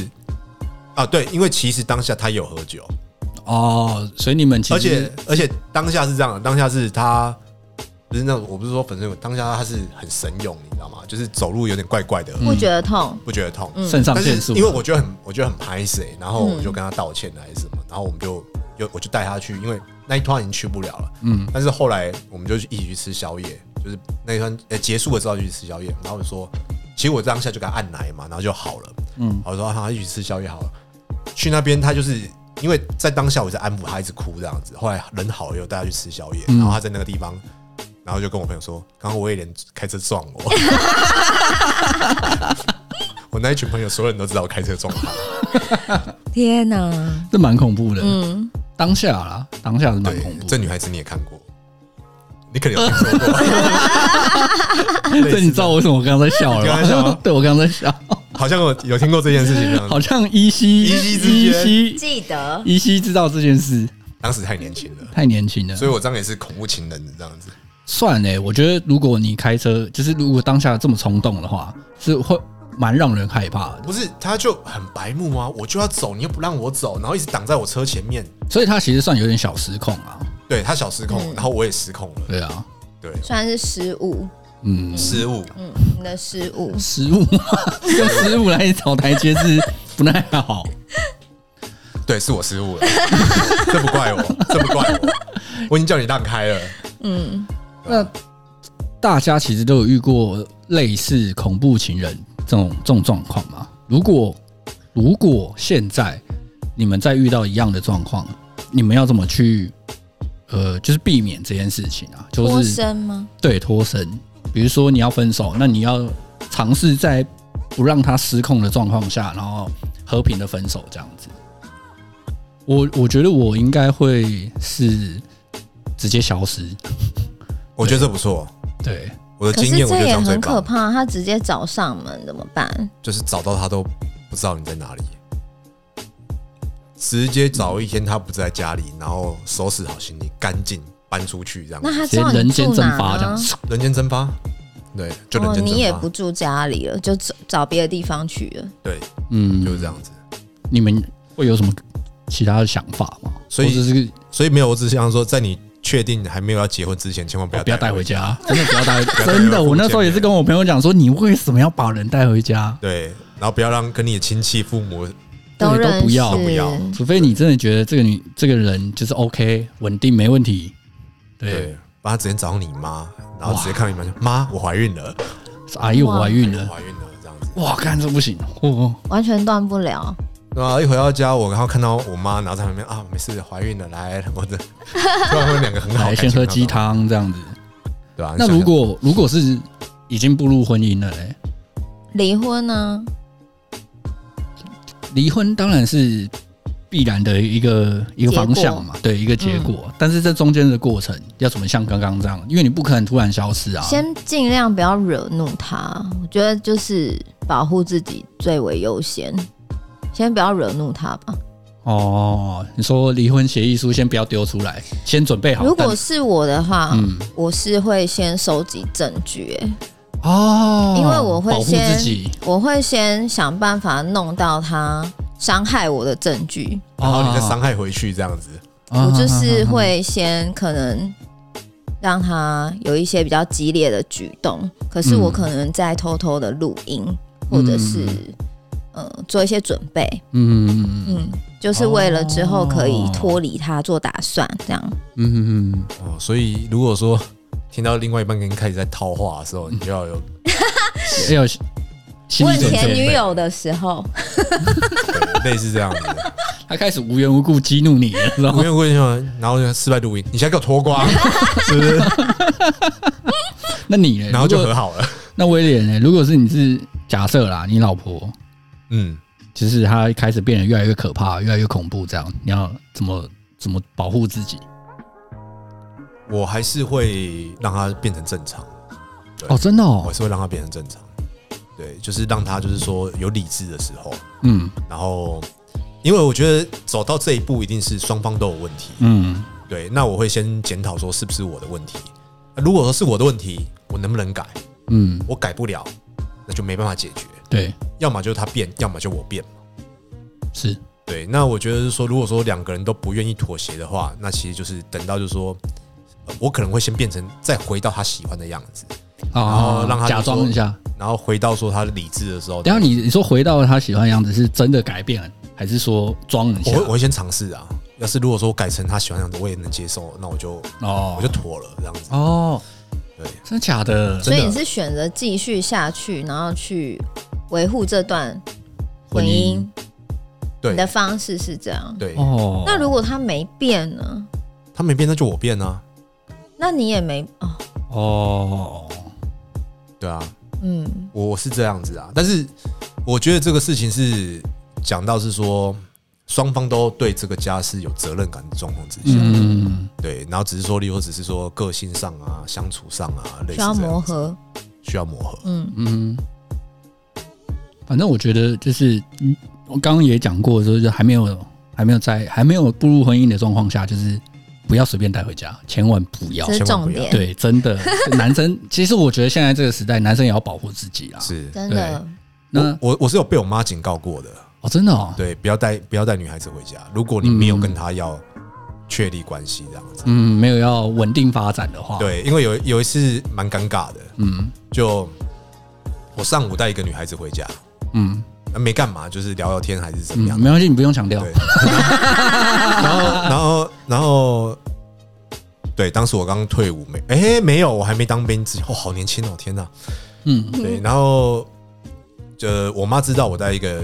Speaker 3: 啊，对，因为其实当下他有喝酒，
Speaker 2: 哦，所以你们其实
Speaker 3: 而且而且当下是这样的，当下是他不是那种我不是说粉碎，当下他是很神勇，你知道吗？就是走路有点怪怪的，
Speaker 2: 嗯
Speaker 4: 不觉得痛。
Speaker 3: 不觉得痛。
Speaker 2: 肾上
Speaker 3: 嗯但
Speaker 2: 腺
Speaker 3: 是
Speaker 2: 素，
Speaker 3: 因为我觉得很，我觉得很拍死、欸，然后我就跟他道歉还是什么，然后我们就就我就带他去，因为那一趟已经去不了了。嗯，但是后来我们就一起去吃宵夜，就是那一趟呃结束了之后就去吃宵夜，然后我就说，其实我当下就给他按奶嘛，然后就好了。嗯，我说好、啊，一起吃宵夜好了。去那边他就是因为在当下我在安抚他，一直哭这样子，后来人好了又带他去吃宵夜，然后他在那个地方。然后就跟我朋友说，刚刚我有点开车撞我， 我那一群朋友所有人都知道我开车撞他，
Speaker 4: 天哪、
Speaker 2: 这蛮恐怖的，
Speaker 4: 嗯，
Speaker 2: 当下啦，当下是蛮
Speaker 3: 对
Speaker 2: 恐怖，的。
Speaker 3: 这女孩子你也看过，你可能有听说 过。
Speaker 2: 这你知道为什么我刚刚在笑了
Speaker 3: 你刚刚在笑吗
Speaker 2: 对，我刚刚在笑，
Speaker 3: 好像我有听过这件事情这样子
Speaker 2: 好像依稀
Speaker 3: 依稀之
Speaker 2: 依
Speaker 3: 间
Speaker 2: 稀
Speaker 4: 记得
Speaker 2: 依稀知道这件事，
Speaker 3: 当时太年轻了，
Speaker 2: 太年轻了。
Speaker 3: 所以我这样也是恐怖情人这样子。
Speaker 2: 算哎、我觉得如果你开车，就是如果当下这么冲动的话，是会蛮让人害怕的。
Speaker 3: 不是，他就很白目啊，我就要走，你又不让我走，然后一直挡在我车前面。
Speaker 2: 所以他其实算有点小失控啊，
Speaker 3: 对他小失
Speaker 4: 嗯
Speaker 3: 控，然后我也失控了，
Speaker 2: 对啊，
Speaker 3: 对，
Speaker 4: 算是失误，
Speaker 2: 嗯，
Speaker 3: 失误。
Speaker 4: 嗯，你的失误。
Speaker 2: 失误 用失误来找台阶是不太好。
Speaker 3: 对，是我失误 了，这不怪我，这不怪我，我已经叫你让开了。
Speaker 2: 那大家其实都有遇过类似恐怖情人这种这种状况吗？如果如果现在你们再遇到一样的状况，你们要怎么去呃，就是避免这件事情啊？就
Speaker 4: 脱
Speaker 2: 是
Speaker 4: 身吗？
Speaker 2: 对脱身，比如说你要分手，那你要尝试在不让他失控的状况下，然后和平的分手这样子。我我觉得我应该会是直接消失，
Speaker 3: 我觉得这不错，
Speaker 2: 对。
Speaker 3: 我的
Speaker 4: 可
Speaker 3: 经
Speaker 4: 是
Speaker 3: 验我觉
Speaker 4: 这
Speaker 3: 得这
Speaker 4: 也
Speaker 3: 样最
Speaker 4: 很可怕，
Speaker 3: 棒，
Speaker 4: 他直接找上门怎么办？
Speaker 3: 就是找到他都不知道你在哪里。直接找一天他不在家里，然后收拾好行李，赶紧搬出去，这样
Speaker 4: 那他
Speaker 2: 直
Speaker 4: 知
Speaker 2: 接
Speaker 4: 道
Speaker 2: 人
Speaker 4: 你
Speaker 2: 间
Speaker 4: 住
Speaker 2: 蒸
Speaker 4: 哪
Speaker 2: 发这样
Speaker 4: 呢？
Speaker 2: 子。
Speaker 3: 人间蒸发，对，就人
Speaker 4: 哦，
Speaker 3: 间蒸发。
Speaker 4: 你也不住家里了，就找找别的地方去了。
Speaker 3: 对，
Speaker 2: 嗯，
Speaker 3: 就是这样子。
Speaker 2: 你们会有什么其他的想法吗？
Speaker 3: 所以
Speaker 2: 或者是
Speaker 3: 所以没有，我只是想说，在你确定还没有要结婚之前，千万哦不要
Speaker 2: 不要带
Speaker 3: 回
Speaker 2: 回。家，真的不要带，
Speaker 3: 带回
Speaker 2: 真
Speaker 3: 家
Speaker 2: 的。我那时候也是跟我朋友讲说，你为什么要把人带回家？
Speaker 3: 对，然后不要让跟你的亲戚、父母
Speaker 2: 对都
Speaker 4: 认
Speaker 2: 不
Speaker 4: 识，
Speaker 2: 要
Speaker 3: 都不要
Speaker 2: 除非你真的觉得这个女这个人就是 OK 稳定没问题，对
Speaker 3: 对，，把他直接找你妈，然后直接看你妈说：“妈，我怀孕了，
Speaker 2: 是阿姨我怀孕
Speaker 3: 我
Speaker 2: 了，
Speaker 3: 怀孕了。”这样子。
Speaker 2: 哇，看这不行，哦，
Speaker 4: 完全断不了。
Speaker 3: 对啊，一回到家，我然后看到我妈，然后在旁边啊，没事，怀孕了，来，我的，突然会有两个很好
Speaker 2: 来
Speaker 3: 的
Speaker 2: 先喝
Speaker 3: 感情
Speaker 2: 鸡，汤这样子。
Speaker 3: 对吧？
Speaker 2: 那
Speaker 3: 你想
Speaker 2: 如
Speaker 3: 想
Speaker 2: 果如果是已经步入婚姻了嘞，
Speaker 4: 啊离婚呢、
Speaker 2: 离婚当然是必然的一个一个方向嘛，对，一个结果。
Speaker 3: 嗯
Speaker 2: 但是这中间的过程要怎么像刚刚这样？因为你不可能突然消失啊。
Speaker 4: 先尽量不要惹怒他，我觉得就是保护自己最为优先，先不要惹怒他吧。
Speaker 2: 哦，你说离婚协议书先不要丢出来，先准备好。
Speaker 4: 如果
Speaker 2: 但
Speaker 4: 是我的话，
Speaker 2: 嗯
Speaker 4: 我是会先收集证据、欸
Speaker 2: 哦，
Speaker 4: 因为我会
Speaker 2: 保护
Speaker 4: 先
Speaker 2: 自己，
Speaker 4: 我会先想办法弄到他伤害我的证据。
Speaker 3: 然后你再伤
Speaker 2: 啊，
Speaker 3: 害回去这样子。
Speaker 2: 啊
Speaker 4: 我就是会先可能让他有一些比较激烈的举动，可是我
Speaker 2: 嗯
Speaker 4: 可能在偷偷的录音，或者是呃做一些准备，
Speaker 2: 嗯嗯嗯嗯
Speaker 4: 嗯，就是为了之后可以
Speaker 2: 哦
Speaker 4: 脱离他做打算，这样
Speaker 2: 嗯嗯嗯，
Speaker 3: 哦，所以如果说听到另外一半跟你开始在套话的时候，你就要有
Speaker 2: 嗯要有心理
Speaker 4: 问
Speaker 2: 准
Speaker 4: 前
Speaker 2: 备。
Speaker 4: 女友的时候，
Speaker 3: 对类似 这样子的。
Speaker 2: 他开始无缘无故激怒你了，知道
Speaker 3: 我
Speaker 2: 吗？
Speaker 3: 有问一下，然后就失败录音，你现在给我脱 光，是不是？
Speaker 2: 那你呢？
Speaker 3: 然后就
Speaker 2: 如 果
Speaker 3: 和好了。
Speaker 2: 那威廉呢？如果是你是假设啦，你老婆
Speaker 3: 嗯，
Speaker 2: 就是她开始变得越来越可怕，越来越恐怖，这样你要怎么怎么保护自己？
Speaker 3: 我还是会让他变成正常，对
Speaker 2: 哦，真的
Speaker 3: 我还
Speaker 2: 哦，
Speaker 3: 是会让他变成正常。对，就是让他就是说有理智的时候，
Speaker 2: 嗯
Speaker 3: 然后因为我觉得走到这一步一定是双方都有问题。
Speaker 2: 嗯
Speaker 3: 对，那我会先检讨说是不是我的问题。那如果说是我的问题，我能不能改？
Speaker 2: 嗯，
Speaker 3: 我改不了，那就没办法解决。
Speaker 2: 对，
Speaker 3: 要么就是他变，要么就我变嘛。
Speaker 2: 是，
Speaker 3: 对，那我觉得是说，如果说两个人都不愿意妥协的话，那其实就是等到就是说，呃我可能会先变成再回到他喜欢的样子，
Speaker 2: 哦
Speaker 3: 后，让她
Speaker 2: 假装一下。
Speaker 3: 然后回到说他的理智的时候，
Speaker 2: 等一下你你说回到她喜欢的样子，是真的改变了，还是说装一
Speaker 3: 我
Speaker 2: 下
Speaker 3: 会？我会先尝试啊。要是如果说我改成他喜欢的样子，我也能接受，那我就
Speaker 2: 哦，
Speaker 3: 我就妥了这样子。
Speaker 2: 哦，
Speaker 3: 对，
Speaker 2: 真的假的？
Speaker 4: 所以你
Speaker 3: 真的
Speaker 4: 是选择继续下去，然后去维护这段婚姻，你的
Speaker 3: 对
Speaker 4: 方式是这样。
Speaker 3: 对，
Speaker 2: 哦，
Speaker 4: 那如果他没变呢？
Speaker 3: 他没变，那就我变啊。
Speaker 4: 那你也没哦，
Speaker 2: 哦，
Speaker 3: 对啊，
Speaker 4: 嗯，
Speaker 3: 我是这样子啊，但是我觉得这个事情是讲到是说双方都对这个家是有责任感的状况之下，
Speaker 2: 嗯，
Speaker 3: 对，然后只是说，例如只是说个性上啊、相处上啊，类
Speaker 4: 需
Speaker 3: 似
Speaker 4: 要
Speaker 3: 这样
Speaker 4: 磨合，
Speaker 3: 需要磨合，
Speaker 4: 嗯，
Speaker 2: 嗯，反正我觉得就是，嗯，我刚刚也讲过，就是还没有还没有在还没有步入婚姻的状况下，就是不要随便带回家，千万不要
Speaker 4: 这。是
Speaker 3: 千万不
Speaker 4: 重
Speaker 3: 要
Speaker 4: 点，
Speaker 2: 对，真的，男生其实我觉得现在这个时代，男生也要保护自己啦。
Speaker 3: 是。
Speaker 4: 真的
Speaker 2: 那
Speaker 3: 我我是有被我妈警告过的，
Speaker 2: 哦，真的哦，
Speaker 3: 对，不要带不要带女孩子回家。如果你没有跟她要确立关系这样子，
Speaker 2: 嗯，没有要稳定发展的话，，
Speaker 3: 对，因为有有一次蛮尴尬的，
Speaker 2: 嗯
Speaker 3: 就我上午带一个女孩子回家，
Speaker 2: 嗯，
Speaker 3: 呃没干嘛，就是聊聊天还是怎么样
Speaker 2: 嗯，，没嗯关系，你不用强调
Speaker 3: 对。
Speaker 2: 嗯
Speaker 3: 然后，然后，然后，对，当时我刚退伍没，哎、没有，我还没当兵之前，哦，好年轻哦，天哪！
Speaker 2: 嗯
Speaker 3: 对，然后，呃，我妈知道我带一个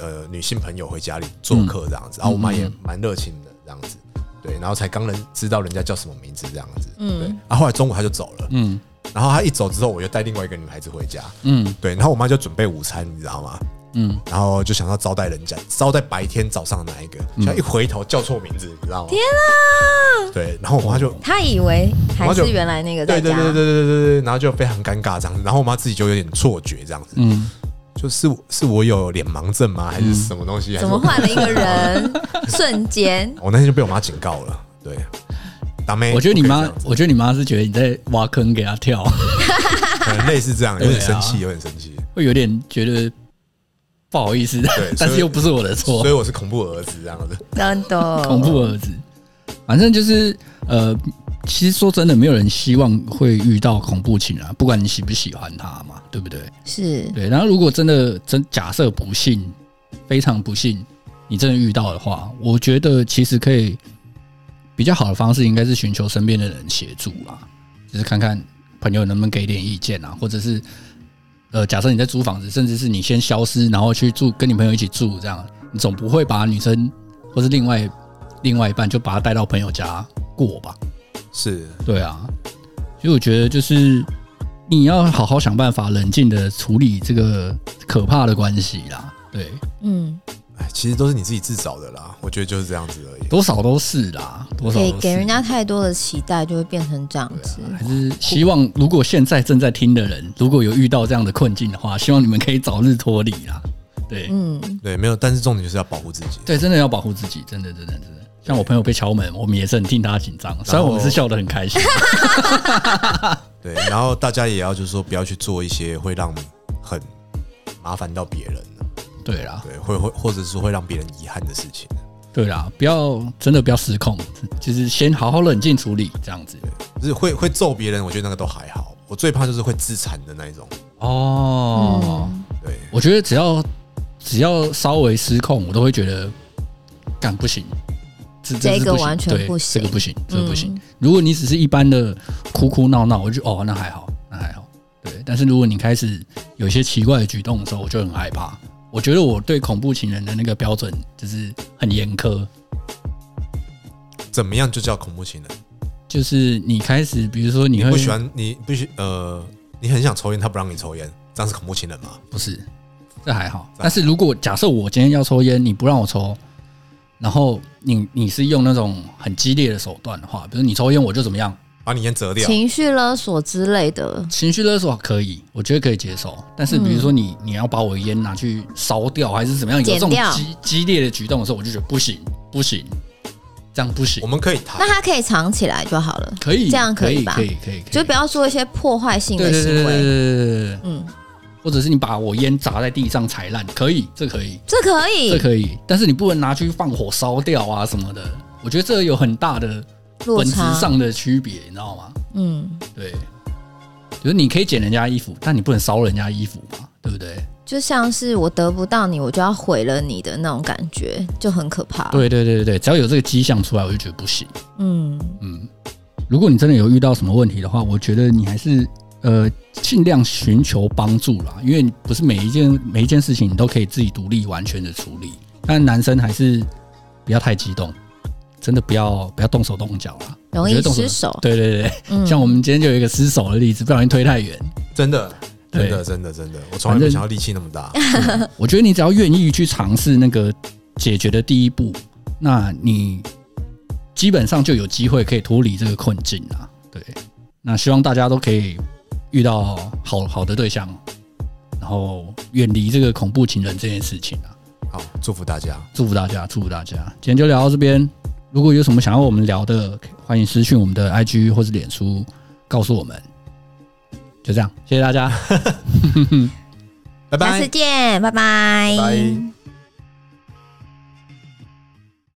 Speaker 3: 呃女性朋友回家里做客这样
Speaker 2: 嗯
Speaker 3: 子，然后啊我妈也蛮热情的这样子，对，然后才刚能知道人家叫什么名字这样子，
Speaker 4: 嗯
Speaker 3: 嗯，对，然后后来中午她就走了，
Speaker 2: 嗯
Speaker 3: 然后她一走之后，我就带另外一个女孩子回家，
Speaker 2: 嗯
Speaker 3: 对，然后我妈就准备午餐，你知道吗？
Speaker 2: 嗯，
Speaker 3: 然后就想要招待人家，招待白天早上的那一个，
Speaker 2: 嗯
Speaker 3: 就一回头叫错名字，你知道吗？天啊！对，然后我妈就，
Speaker 4: 他以为还
Speaker 3: 我就是
Speaker 4: 原来那个在
Speaker 3: 对对对
Speaker 4: 家，
Speaker 3: 对对对对对，然后就非常尴尬这样子，然后我妈自己就有点错觉这样子，
Speaker 2: 嗯，
Speaker 3: 就是我是我有脸盲症吗？还是什么东西？还是
Speaker 4: 怎么
Speaker 3: 我？
Speaker 4: 换了一个人？瞬间，
Speaker 3: 我那天就被我妈警告了，对，打妹，
Speaker 2: 我觉得你
Speaker 3: 哎不可以
Speaker 2: 妈，我觉得你妈是觉得你在挖坑给她跳，
Speaker 3: 这样 可能类似这样，有
Speaker 2: 对啊
Speaker 3: 点生气，有点生气，
Speaker 2: 会有点觉得不好意思， 但是又不是我的错
Speaker 3: 所以，我是恐怖儿子这样子，
Speaker 4: 真的
Speaker 2: 恐怖儿子。反正就是呃，其实说真的，没有人希望会遇到恐怖情人啊，不管你喜不喜欢他嘛，对不对？
Speaker 4: 是
Speaker 2: 对。然后如果真的真假设不幸，非常不幸，你真的遇到的话，我觉得其实可以比较好的方式，应该是寻求身边的人协助啦，就是看看朋友能不能给点意见啊，或者是呃，假设你在租房子，甚至是你先消失，然后去住跟你朋友一起住，这样你总不会把女生或是另外另外一半就把她带到朋友家过吧？
Speaker 3: 是
Speaker 2: 对啊，所以我觉得就是你要好好想办法冷静的处理这个可怕的关系啦。对，
Speaker 4: 嗯，
Speaker 3: 哎其实都是你自己自找的啦。我觉得就是这样子而已。
Speaker 2: 多少都是啦，多少都
Speaker 4: 给
Speaker 2: 是
Speaker 4: 给人家太多的期待，就会变成这样子。
Speaker 2: 还是希望，如果现在正在听的人，如果有遇到这样的困境的话，希望你们可以早日脱离啦。对、
Speaker 4: 嗯，
Speaker 3: 对，没有，但是重点就是要保护自己。
Speaker 2: 对，真的要保护自己，真的真的真的。像我朋友被敲门，我们也是很替他紧 张，虽然我们是笑得很 开心。
Speaker 3: 对，然后大家也要就是说，不要去做一些会让很麻烦到别人的，
Speaker 2: 对啦，
Speaker 3: 对，会会或者是会让别人遗憾的事情。
Speaker 2: 对啦，不要真的不要失控，就是先好好冷静处理这样子。
Speaker 3: 就是会会揍别人，我觉得那个都还好。我最怕就是会自残的那一种。
Speaker 4: 嗯
Speaker 2: 哦，
Speaker 3: 对，
Speaker 2: 我觉得只要只要稍微失控，我都会觉得干不行，这
Speaker 4: 这
Speaker 2: 是
Speaker 4: 个
Speaker 2: 不行
Speaker 4: 完全
Speaker 2: 对
Speaker 4: 不
Speaker 2: 这
Speaker 4: 行
Speaker 2: 个
Speaker 4: 嗯
Speaker 2: 不行，这个不行。如果你只是一般的哭哭闹闹，我就哦那还好，那还好。对，但是如果你开始有一些奇怪的举动的时候，我就很害怕。我觉得我对恐怖情人的那个标准就是很严苛，
Speaker 3: 怎么样就叫恐怖情人？
Speaker 2: 就是你开始，比如说你会
Speaker 3: 不喜欢你不喜呃，你很想抽烟，他不让你抽烟，这样是恐怖情人吗？
Speaker 2: 不是，这还好。但是如果假设我今天要抽烟，你不让我抽，然后你你是用那种很激烈的手段的话，比如你抽烟我就怎么样，
Speaker 3: 把你烟折掉，
Speaker 4: 情绪勒索之类的，
Speaker 2: 情绪勒索可以，我觉得可以接受。但是比如说你、你要把我的烟拿去烧掉，还是怎么样，有这种
Speaker 4: 剪掉
Speaker 2: 激激烈的举动的时候，我就觉得不行不行，这样不行
Speaker 3: 我。们可以谈
Speaker 4: 那。他可以藏起来就好了，
Speaker 2: 可以，
Speaker 4: 这样可
Speaker 2: 可
Speaker 4: 以吧
Speaker 2: 可以，可以，可以
Speaker 4: 就不要做一些破坏性
Speaker 2: 对
Speaker 4: 的
Speaker 2: 对对对
Speaker 4: 行
Speaker 2: 对
Speaker 4: 为。
Speaker 2: 对对，
Speaker 4: 嗯，
Speaker 2: 或者是你把我烟砸在地上踩烂，可以，这可以。
Speaker 4: 这可
Speaker 2: 这
Speaker 4: 以
Speaker 2: 可以，但是你不能拿去放火烧掉啊什么的。我觉得这有很大的
Speaker 4: 落
Speaker 2: 本质
Speaker 4: 差。
Speaker 2: 上的区别，你知道吗？
Speaker 4: 嗯，
Speaker 2: 对，就是你可以捡人家衣服，但你不能烧人家衣服嘛，对不对？
Speaker 4: 就像是我得不到你，我就要毁了你的那种感觉，就很可怕。，
Speaker 2: 对对对对对，只要有这个迹象出来，我就觉得不行。
Speaker 4: 嗯，
Speaker 2: 嗯，如果你真的有遇到什么问题的话，我觉得你还是呃尽量寻求帮助啦，因为你不是每一件每一件事情你都可以自己独立完全的处理。但男生还是不要太激动，真的不要不要动手动脚啦，
Speaker 4: 容
Speaker 2: 我觉
Speaker 4: 易
Speaker 2: 得动手
Speaker 4: 失手。
Speaker 2: 对对对，
Speaker 4: 嗯，
Speaker 2: 像我们今天就有一个失手的例子，不小心推太远。
Speaker 3: 真的，真
Speaker 2: 对
Speaker 3: 的，真的，真的，我从来
Speaker 2: 反
Speaker 3: 没
Speaker 2: 正
Speaker 3: 想到力气那么 大。
Speaker 2: 我觉得你只要愿意去尝试那个解决的第一步，那你基本上就有机会可以脱离这个困境啊。对，那希望大家都可以遇到好好的对象，然后远离这个恐怖情人这件事情啊。
Speaker 3: 好，祝福大家。
Speaker 2: 祝福大家，祝福大家。今天就聊到这边。如果有什么想要我们聊的，欢迎私讯我们的 IG 或是脸书告诉我们。就这样，谢谢大家。
Speaker 4: 下
Speaker 3: 拜拜
Speaker 4: 次。见，拜拜
Speaker 3: 拜拜